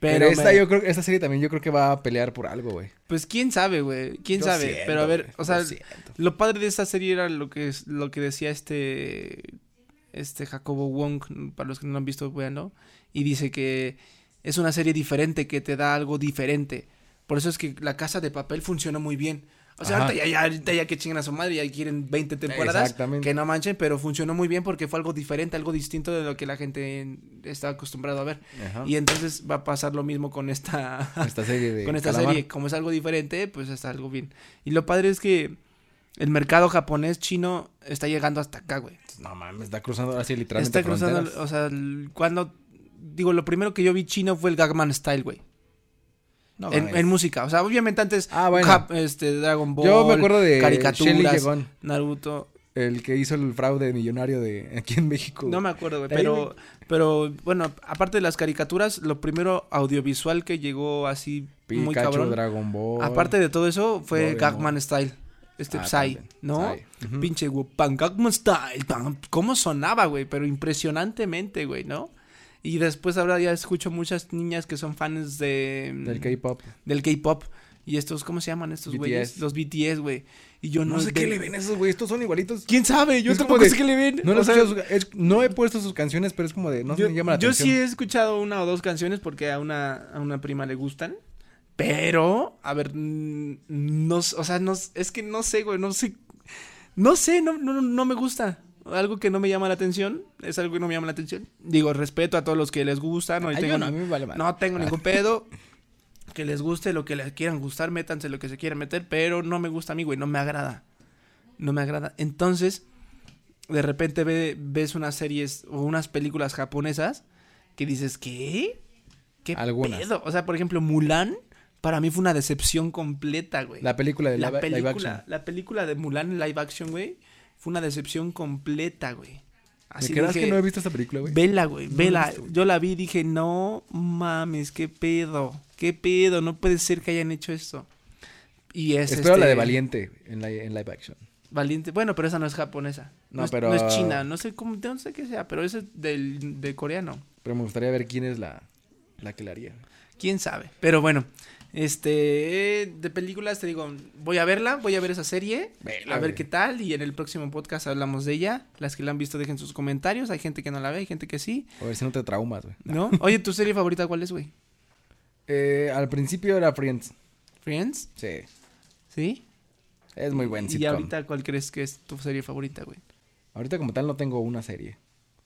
[SPEAKER 2] Pero,
[SPEAKER 1] Pero,
[SPEAKER 2] esta
[SPEAKER 1] me-
[SPEAKER 2] yo creo esta serie también yo creo que va a pelear por algo, güey.
[SPEAKER 1] pues quién sabe, güey. Quién
[SPEAKER 2] Lo
[SPEAKER 1] sabe.
[SPEAKER 2] siento,
[SPEAKER 1] Pero a ver,
[SPEAKER 2] güey,
[SPEAKER 1] o sea,
[SPEAKER 2] lo siento.
[SPEAKER 1] lo padre de esta serie era lo que es, lo que decía este este Jacobo Wong, para los que no lo han visto, bueno, y dice que es una serie diferente que te da algo diferente. Por eso es que La Casa de Papel funcionó muy bien. O sea,
[SPEAKER 2] Ajá.
[SPEAKER 1] ahorita ya, ya- ahorita ya que chingan a su madre, ya quieren 20 temporadas.
[SPEAKER 2] Exactamente.
[SPEAKER 1] Que no manchen, pero funcionó muy bien porque fue algo diferente, algo distinto de lo que la gente en- está acostumbrada a ver.
[SPEAKER 2] Ajá.
[SPEAKER 1] Y entonces va a pasar lo mismo con esta [LAUGHS]
[SPEAKER 2] esta serie de
[SPEAKER 1] con esta
[SPEAKER 2] Calamar.
[SPEAKER 1] serie. Como es algo diferente, pues es algo bien. Y lo padre es que el mercado japonés chino está llegando hasta acá, güey.
[SPEAKER 2] No mames, está cruzando así literalmente
[SPEAKER 1] Está cruzando,
[SPEAKER 2] fronteras.
[SPEAKER 1] o sea, el- cuando digo, lo primero que yo vi chino fue el Gagman Style, güey.
[SPEAKER 2] No
[SPEAKER 1] en,
[SPEAKER 2] mames.
[SPEAKER 1] en música, o sea, obviamente antes
[SPEAKER 2] Ah, bueno.
[SPEAKER 1] Jap- este Dragon Ball,
[SPEAKER 2] Yo me acuerdo de Shelly
[SPEAKER 1] caricaturas,
[SPEAKER 2] Yegon,
[SPEAKER 1] Naruto,
[SPEAKER 2] el que hizo el fraude millonario de aquí en México.
[SPEAKER 1] no me acuerdo, güey,
[SPEAKER 2] De ahí,
[SPEAKER 1] pero pero bueno, aparte de las caricaturas, lo primero audiovisual que llegó así
[SPEAKER 2] Pikachu,
[SPEAKER 1] muy cabrón,
[SPEAKER 2] Dragon Ball.
[SPEAKER 1] aparte de todo eso fue
[SPEAKER 2] Doraemon.
[SPEAKER 1] Gagman Style, este
[SPEAKER 2] Ah,
[SPEAKER 1] Psy,
[SPEAKER 2] también.
[SPEAKER 1] ¿no?
[SPEAKER 2] Psy. Ujú.
[SPEAKER 1] Pinche Wupan Gangnam Style. pam. ¿Cómo sonaba, güey? Pero impresionantemente, güey, ¿no? Y después ahora ya escucho muchas niñas que son fans de... mm,
[SPEAKER 2] del K-pop.
[SPEAKER 1] del K-pop. Y estos, ¿cómo se llaman estos
[SPEAKER 2] BTS.
[SPEAKER 1] güeyes? Los BTS, güey. Y yo no,
[SPEAKER 2] No, sé qué
[SPEAKER 1] de-
[SPEAKER 2] le ven a esos güey, estos son igualitos.
[SPEAKER 1] ¿Quién sabe? Yo
[SPEAKER 2] Es como
[SPEAKER 1] tampoco
[SPEAKER 2] de-
[SPEAKER 1] sé qué le ven.
[SPEAKER 2] No,
[SPEAKER 1] O
[SPEAKER 2] los
[SPEAKER 1] sea,
[SPEAKER 2] he escuchado sus- es- no he puesto sus cancionnes, pero es como de no
[SPEAKER 1] yo,
[SPEAKER 2] se me llama la
[SPEAKER 1] yo sí
[SPEAKER 2] atención.
[SPEAKER 1] he escuchado una o dos canciones porque a una, a una prima le gustan. Pero, a ver, mm, no, s- o sea, no, s- es que no sé, güey, no sé. No sé, no, no, no me gusta. Algo que no me llama la atención. Es algo que no me llama la atención. Digo, respeto a todos los que les gustan. No,
[SPEAKER 2] Ay,
[SPEAKER 1] tengo,
[SPEAKER 2] yo no, a mí me vale madre. [LAUGHS]
[SPEAKER 1] no tengo ningún pedo. que les guste lo que les quieran gustar, métanse lo que se quieran meter, pero no me gusta a mí, güey, no me agrada. No me agrada. Entonces, de repente ve- ves unas series o unas películas japonesas que dices, ¿qué? ¿Qué
[SPEAKER 2] Algunas.
[SPEAKER 1] pedo? O sea, por ejemplo, Mulan, para mí fue una decepción completa, güey.
[SPEAKER 2] La película de
[SPEAKER 1] La
[SPEAKER 2] live, live
[SPEAKER 1] película,
[SPEAKER 2] action.
[SPEAKER 1] la película de Mulan live action, güey, fue una decepción completa, güey.
[SPEAKER 2] ¿Me
[SPEAKER 1] Así
[SPEAKER 2] creas
[SPEAKER 1] dije,
[SPEAKER 2] que no he visto esta película, güey?
[SPEAKER 1] Vela, güey,
[SPEAKER 2] No la he
[SPEAKER 1] vela.
[SPEAKER 2] visto, güey.
[SPEAKER 1] Yo la vi y dije, no mames, qué pedo, qué pedo, no puede ser que hayan hecho esto. Y es
[SPEAKER 2] Espero la
[SPEAKER 1] este,
[SPEAKER 2] de Valiente en, li- en live action.
[SPEAKER 1] Valiente. Bueno, pero esa no es japonesa.
[SPEAKER 2] No,
[SPEAKER 1] No, es,
[SPEAKER 2] pero-
[SPEAKER 1] No es china, no sé cómo, no sé qué sea, pero esa es del, de coreano.
[SPEAKER 2] Pero me gustaría ver quién es la, la que la haría.
[SPEAKER 1] Quién sabe. Pero bueno, este, eh, de películas te digo, voy a verla, voy a ver esa serie,
[SPEAKER 2] Vela,
[SPEAKER 1] a ver
[SPEAKER 2] güey.
[SPEAKER 1] qué tal y en el próximo podcast hablamos de ella. Las que la han visto dejen sus comentarios, hay gente que no la ve, hay gente que sí,
[SPEAKER 2] A ver si no te traumas, güey. [LAUGHS]
[SPEAKER 1] ¿no? Oye, ¿tu serie favorita cuál es, güey?
[SPEAKER 2] Eh, al principio era Friends.
[SPEAKER 1] Friends,
[SPEAKER 2] Sí.
[SPEAKER 1] ¿sí?
[SPEAKER 2] Es muy buen
[SPEAKER 1] ¿Y
[SPEAKER 2] sitcom. Ahorita...
[SPEAKER 1] ahorita cuál crees que es tu serie favorita, güey?
[SPEAKER 2] como tal no tengo una serie.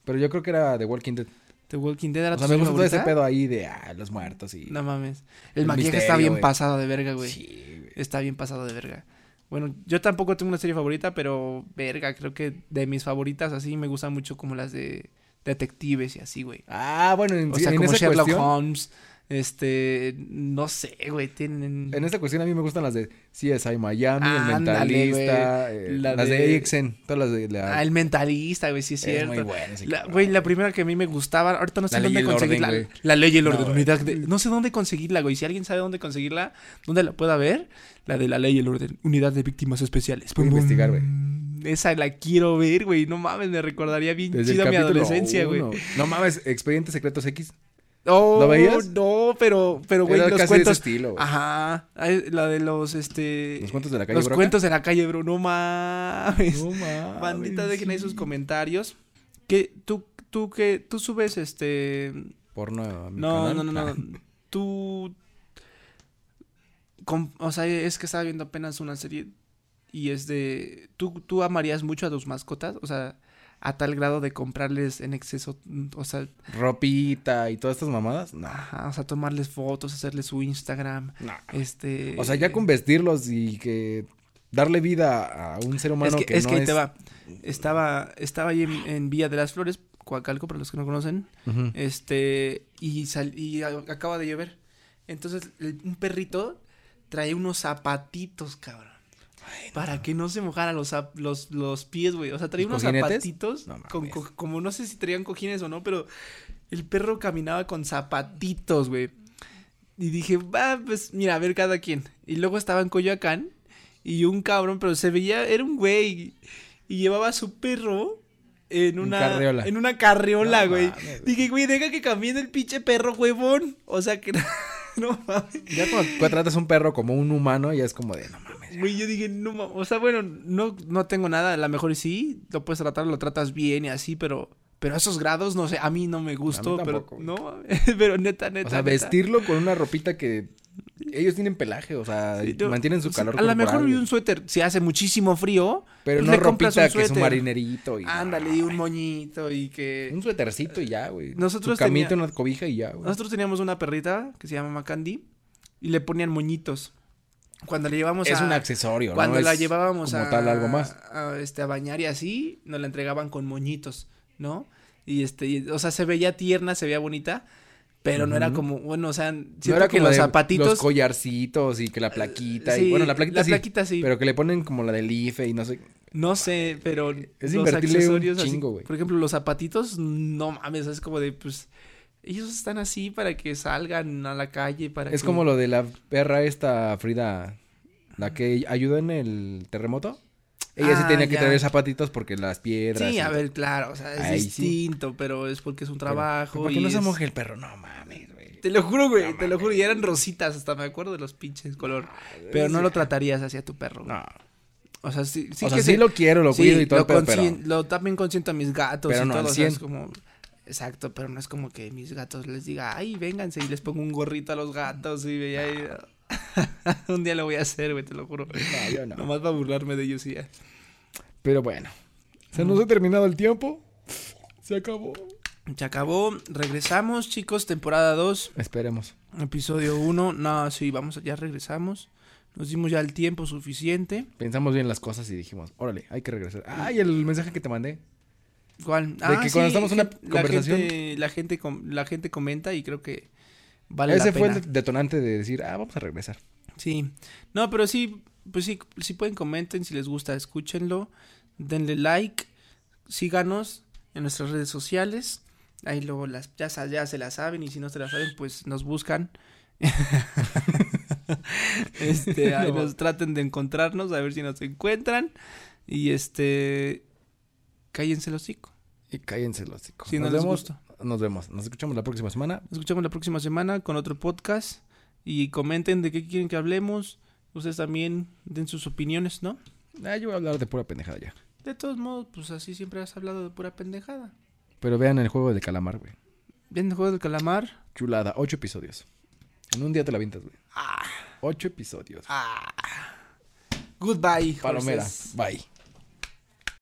[SPEAKER 2] Pero yo creo que era The Walking Dead.
[SPEAKER 1] The Walking Dead era
[SPEAKER 2] O
[SPEAKER 1] tu
[SPEAKER 2] sea, me
[SPEAKER 1] serie
[SPEAKER 2] gusta todo ese
[SPEAKER 1] favorita?
[SPEAKER 2] pedo ahí de ah, los muertos y...
[SPEAKER 1] No mames. El,
[SPEAKER 2] El
[SPEAKER 1] maquillaje está
[SPEAKER 2] misterio,
[SPEAKER 1] bien
[SPEAKER 2] güey.
[SPEAKER 1] pasado de verga, güey.
[SPEAKER 2] Sí, güey.
[SPEAKER 1] Está bien pasado de verga. Bueno, yo tampoco tengo una serie favorita, pero verga, creo que de mis favoritas así me gustan mucho como las de detectives y así, güey.
[SPEAKER 2] Ah, bueno, en,
[SPEAKER 1] O sea,
[SPEAKER 2] en
[SPEAKER 1] como
[SPEAKER 2] esa
[SPEAKER 1] Sherlock
[SPEAKER 2] cuestión...
[SPEAKER 1] Holmes, este, no sé, güey, tienen...
[SPEAKER 2] En esta cuestión a mí me gustan las de CSI Miami, El
[SPEAKER 1] Ándale, güey.
[SPEAKER 2] Mentalista, eh,
[SPEAKER 1] La
[SPEAKER 2] las de...
[SPEAKER 1] de-
[SPEAKER 2] Exen, todas las de... La...
[SPEAKER 1] Ah, el mentalista, güey, sí es
[SPEAKER 2] Es
[SPEAKER 1] cierto.
[SPEAKER 2] muy buena ese
[SPEAKER 1] La-
[SPEAKER 2] cabrón,
[SPEAKER 1] Güey, la primera que a mí me gustaba, ahorita no sé
[SPEAKER 2] La ley y
[SPEAKER 1] dónde
[SPEAKER 2] el
[SPEAKER 1] conseguirla.
[SPEAKER 2] orden, güey.
[SPEAKER 1] la ley y el
[SPEAKER 2] No,
[SPEAKER 1] orden,
[SPEAKER 2] güey.
[SPEAKER 1] unidad de- no sé dónde conseguirla, güey. Si alguien sabe dónde conseguirla, dónde la pueda ver, la de la ley y el orden, unidad de víctimas especiales. Mm,
[SPEAKER 2] Voy a investigar, güey.
[SPEAKER 1] Esa la quiero ver, güey. No mames, me recordaría bien
[SPEAKER 2] Desde el
[SPEAKER 1] chido mi
[SPEAKER 2] capítulo
[SPEAKER 1] adolescencia, güey.
[SPEAKER 2] uno. No mames, Expedientes Secretos X.
[SPEAKER 1] Oh,
[SPEAKER 2] ¿Lo veías?
[SPEAKER 1] No, pero, pero, güey,
[SPEAKER 2] Era
[SPEAKER 1] los
[SPEAKER 2] casi de
[SPEAKER 1] cuentos. Ah,
[SPEAKER 2] ese estilo, güey.
[SPEAKER 1] Ajá, ay, la de los, este...
[SPEAKER 2] Los cuentos de la calle
[SPEAKER 1] Los
[SPEAKER 2] Broca.
[SPEAKER 1] cuentos de la calle, bro, no mames.
[SPEAKER 2] No mames,
[SPEAKER 1] Bandita, dejen ahí sus
[SPEAKER 2] Ah, sí.
[SPEAKER 1] comentarios. Que tú, tú que tú subes este.
[SPEAKER 2] Porno a mi
[SPEAKER 1] No,
[SPEAKER 2] canal.
[SPEAKER 1] no, no, no.
[SPEAKER 2] Ah.
[SPEAKER 1] [LAUGHS] Tú. com- o sea, es que estaba viendo apenas una serie. Y es de. ¿Tú, ¿Tú amarías mucho a tus mascotas? O sea, a tal grado de comprarles en exceso. mm, O sea,
[SPEAKER 2] Ropita y todas estas mamadas. No.
[SPEAKER 1] ajá, o sea tomarles fotos, hacerles su Instagram.
[SPEAKER 2] no.
[SPEAKER 1] Este.
[SPEAKER 2] O sea, ya con vestirlos y que darle vida a un ser humano
[SPEAKER 1] es que,
[SPEAKER 2] que,
[SPEAKER 1] es
[SPEAKER 2] no
[SPEAKER 1] que ahí te va. Estaba, estaba ahí en, en Villa de las Flores, Coacalco, para los que no conocen.
[SPEAKER 2] Ujú.
[SPEAKER 1] Este, y, sal- y a- acaba de llover. Entonces, el- un perrito trae unos zapatitos, cabrón. para que no se mojara los, zap- los, los pies, güey. O sea, traía
[SPEAKER 2] ¿Con
[SPEAKER 1] unos
[SPEAKER 2] cojinetes?
[SPEAKER 1] zapatitos.
[SPEAKER 2] No
[SPEAKER 1] con
[SPEAKER 2] mames.
[SPEAKER 1] co- como no sé si traían cojines o no, pero el perro caminaba con zapatitos, güey. Y dije, va, pues mira, a ver cada quien. Y luego estaba en Coyoacán y un cabrón, pero se veía, era un güey. Y llevaba a su perro en
[SPEAKER 2] En
[SPEAKER 1] una
[SPEAKER 2] carriola.
[SPEAKER 1] En una carriola,
[SPEAKER 2] No
[SPEAKER 1] güey.
[SPEAKER 2] mames, güey.
[SPEAKER 1] Dije, güey, deja que camine el pinche perro, huevón. O sea que [LAUGHS] no mames.
[SPEAKER 2] Ya cuando cu- tratas a un perro como un humano, ya es como de no mames.
[SPEAKER 1] Güey, yo dije, no mames. O sea, bueno, no, no tengo nada. A lo mejor sí, lo puedes tratar, lo tratas bien y así, pero. Pero a esos grados, no sé, a mí no me gustó, pero.
[SPEAKER 2] tampoco, güey.
[SPEAKER 1] No, mames, [LAUGHS] pero neta, neta.
[SPEAKER 2] O sea,
[SPEAKER 1] neta.
[SPEAKER 2] vestirlo con una ropita que ellos tienen pelaje, o sea,
[SPEAKER 1] Sí, no,
[SPEAKER 2] mantienen su
[SPEAKER 1] o sea,
[SPEAKER 2] calor.
[SPEAKER 1] A lo mejor
[SPEAKER 2] corporal,
[SPEAKER 1] y un suéter. Si hace muchísimo frío,
[SPEAKER 2] Pero
[SPEAKER 1] pues
[SPEAKER 2] no
[SPEAKER 1] le compras
[SPEAKER 2] ropita
[SPEAKER 1] un
[SPEAKER 2] que es un
[SPEAKER 1] suéter.
[SPEAKER 2] marinerito y
[SPEAKER 1] Ándale, y un moñito y que.
[SPEAKER 2] un suétercito y ya, güey.
[SPEAKER 1] Nosotros
[SPEAKER 2] Su camita,
[SPEAKER 1] tenía-
[SPEAKER 2] una cobija y ya, güey.
[SPEAKER 1] Nosotros teníamos una perrita que se llamaba Candy y le ponían moñitos. Cuando le llevamos
[SPEAKER 2] es
[SPEAKER 1] a...
[SPEAKER 2] un accesorio,
[SPEAKER 1] Cuando
[SPEAKER 2] ¿no?
[SPEAKER 1] la
[SPEAKER 2] Es
[SPEAKER 1] llevábamos
[SPEAKER 2] como
[SPEAKER 1] a...
[SPEAKER 2] tal algo más.
[SPEAKER 1] a, este, a bañar y así, nos la entregaban con moñitos, ¿no? Y este, y- o sea, se veía tierna, se veía bonita, pero no era
[SPEAKER 2] Ujú.
[SPEAKER 1] como, bueno, o sea, siento
[SPEAKER 2] no era
[SPEAKER 1] que
[SPEAKER 2] como
[SPEAKER 1] los
[SPEAKER 2] de
[SPEAKER 1] zapatitos...
[SPEAKER 2] Los collarcitos y que la plaquita.
[SPEAKER 1] sí,
[SPEAKER 2] y, bueno, la plaquita sí.
[SPEAKER 1] sí.
[SPEAKER 2] Pero que le ponen como la del IFE y no sé.
[SPEAKER 1] No sé, pero
[SPEAKER 2] Es
[SPEAKER 1] los
[SPEAKER 2] invertirle un
[SPEAKER 1] accesorios así,
[SPEAKER 2] chingo, güey.
[SPEAKER 1] por ejemplo, los zapatitos, no mames, es como de, pues, ellos están así para que salgan a la calle, para
[SPEAKER 2] Es
[SPEAKER 1] que-
[SPEAKER 2] como lo de la perra esta, Frida, la que ayudó en el terremoto. Ella sí
[SPEAKER 1] Ah,
[SPEAKER 2] tenía que
[SPEAKER 1] ya.
[SPEAKER 2] traer zapatitos porque las piedras.
[SPEAKER 1] Sí,
[SPEAKER 2] y-
[SPEAKER 1] a ver, claro, o sea, es
[SPEAKER 2] Ahí sí.
[SPEAKER 1] distinto, pero es porque es un
[SPEAKER 2] Pero-
[SPEAKER 1] trabajo.
[SPEAKER 2] Para que
[SPEAKER 1] y
[SPEAKER 2] no se
[SPEAKER 1] es-
[SPEAKER 2] moje el perro, no mames, güey.
[SPEAKER 1] Te lo juro, güey,
[SPEAKER 2] No
[SPEAKER 1] te lo juro.
[SPEAKER 2] mames.
[SPEAKER 1] Y eran rositas, hasta me acuerdo de los pinches color. Pero no lo tratarías así a tu perro. güey.
[SPEAKER 2] No.
[SPEAKER 1] O sea, sí, sí
[SPEAKER 2] o sea,
[SPEAKER 1] que
[SPEAKER 2] sí
[SPEAKER 1] se-
[SPEAKER 2] lo quiero, lo
[SPEAKER 1] sí,
[SPEAKER 2] cuido y todo,
[SPEAKER 1] lo
[SPEAKER 2] el pedo, pero.
[SPEAKER 1] consien- lo- también consiento a mis gatos
[SPEAKER 2] Pero
[SPEAKER 1] y
[SPEAKER 2] no al
[SPEAKER 1] todo. o sea,
[SPEAKER 2] 100.
[SPEAKER 1] es como. Exacto, pero no es como que mis gatos les diga, ay, vénganse y les pongo un gorrito a los gatos y veía. [LAUGHS] un día lo voy a hacer, güey, te lo juro.
[SPEAKER 2] No, yo no.
[SPEAKER 1] Nomás va a burlarme de ellos y ya.
[SPEAKER 2] Pero bueno. Se nos ha terminado el tiempo. Se acabó.
[SPEAKER 1] Se acabó, regresamos, chicos, temporada 2.
[SPEAKER 2] Esperemos.
[SPEAKER 1] Episodio 1. No, sí, vamos, ya regresamos. Nos dimos ya el tiempo suficiente.
[SPEAKER 2] Pensamos bien las cosas y dijimos, órale, hay que regresar. Ay, el mensaje que te mandé.
[SPEAKER 1] ¿Cuál?
[SPEAKER 2] que cuando estamos en una
[SPEAKER 1] gen-
[SPEAKER 2] conversación-
[SPEAKER 1] La gente, la, gente com- la gente comenta y creo que vale
[SPEAKER 2] Ese
[SPEAKER 1] la
[SPEAKER 2] fue
[SPEAKER 1] pena.
[SPEAKER 2] el detonante de decir, ah, vamos a regresar.
[SPEAKER 1] Sí. No, pero sí, pues sí, sí pueden comenten si les gusta, escúchenlo, denle like, síganos en nuestras redes sociales. Ahí luego las ya, sa- ya se las saben y si no se las saben, pues nos buscan. [LAUGHS]
[SPEAKER 2] [LAUGHS]
[SPEAKER 1] este, ahí
[SPEAKER 2] No.
[SPEAKER 1] nos traten de encontrarnos, a ver si nos encuentran y este cállense el hocico.
[SPEAKER 2] Y cállense los chicos.
[SPEAKER 1] Si no
[SPEAKER 2] nos
[SPEAKER 1] les
[SPEAKER 2] vemos.
[SPEAKER 1] gusta.
[SPEAKER 2] Nos vemos. Nos escuchamos la próxima semana.
[SPEAKER 1] Nos escuchamos la próxima semana con otro podcast y comenten de qué quieren que hablemos. Ustedes también den sus opiniones, ¿no?
[SPEAKER 2] Ah, yo voy a hablar de pura pendejada ya.
[SPEAKER 1] De todos modos, pues así siempre has hablado de pura pendejada.
[SPEAKER 2] Pero vean el juego de calamar, güey.
[SPEAKER 1] Bien, el juego del calamar.
[SPEAKER 2] Chulada, ocho episodios. En un día te la avientas,
[SPEAKER 1] Ah,
[SPEAKER 2] güey. Ocho episodios.
[SPEAKER 1] Goodbye.
[SPEAKER 2] Palomera.
[SPEAKER 1] horses.
[SPEAKER 2] Bye.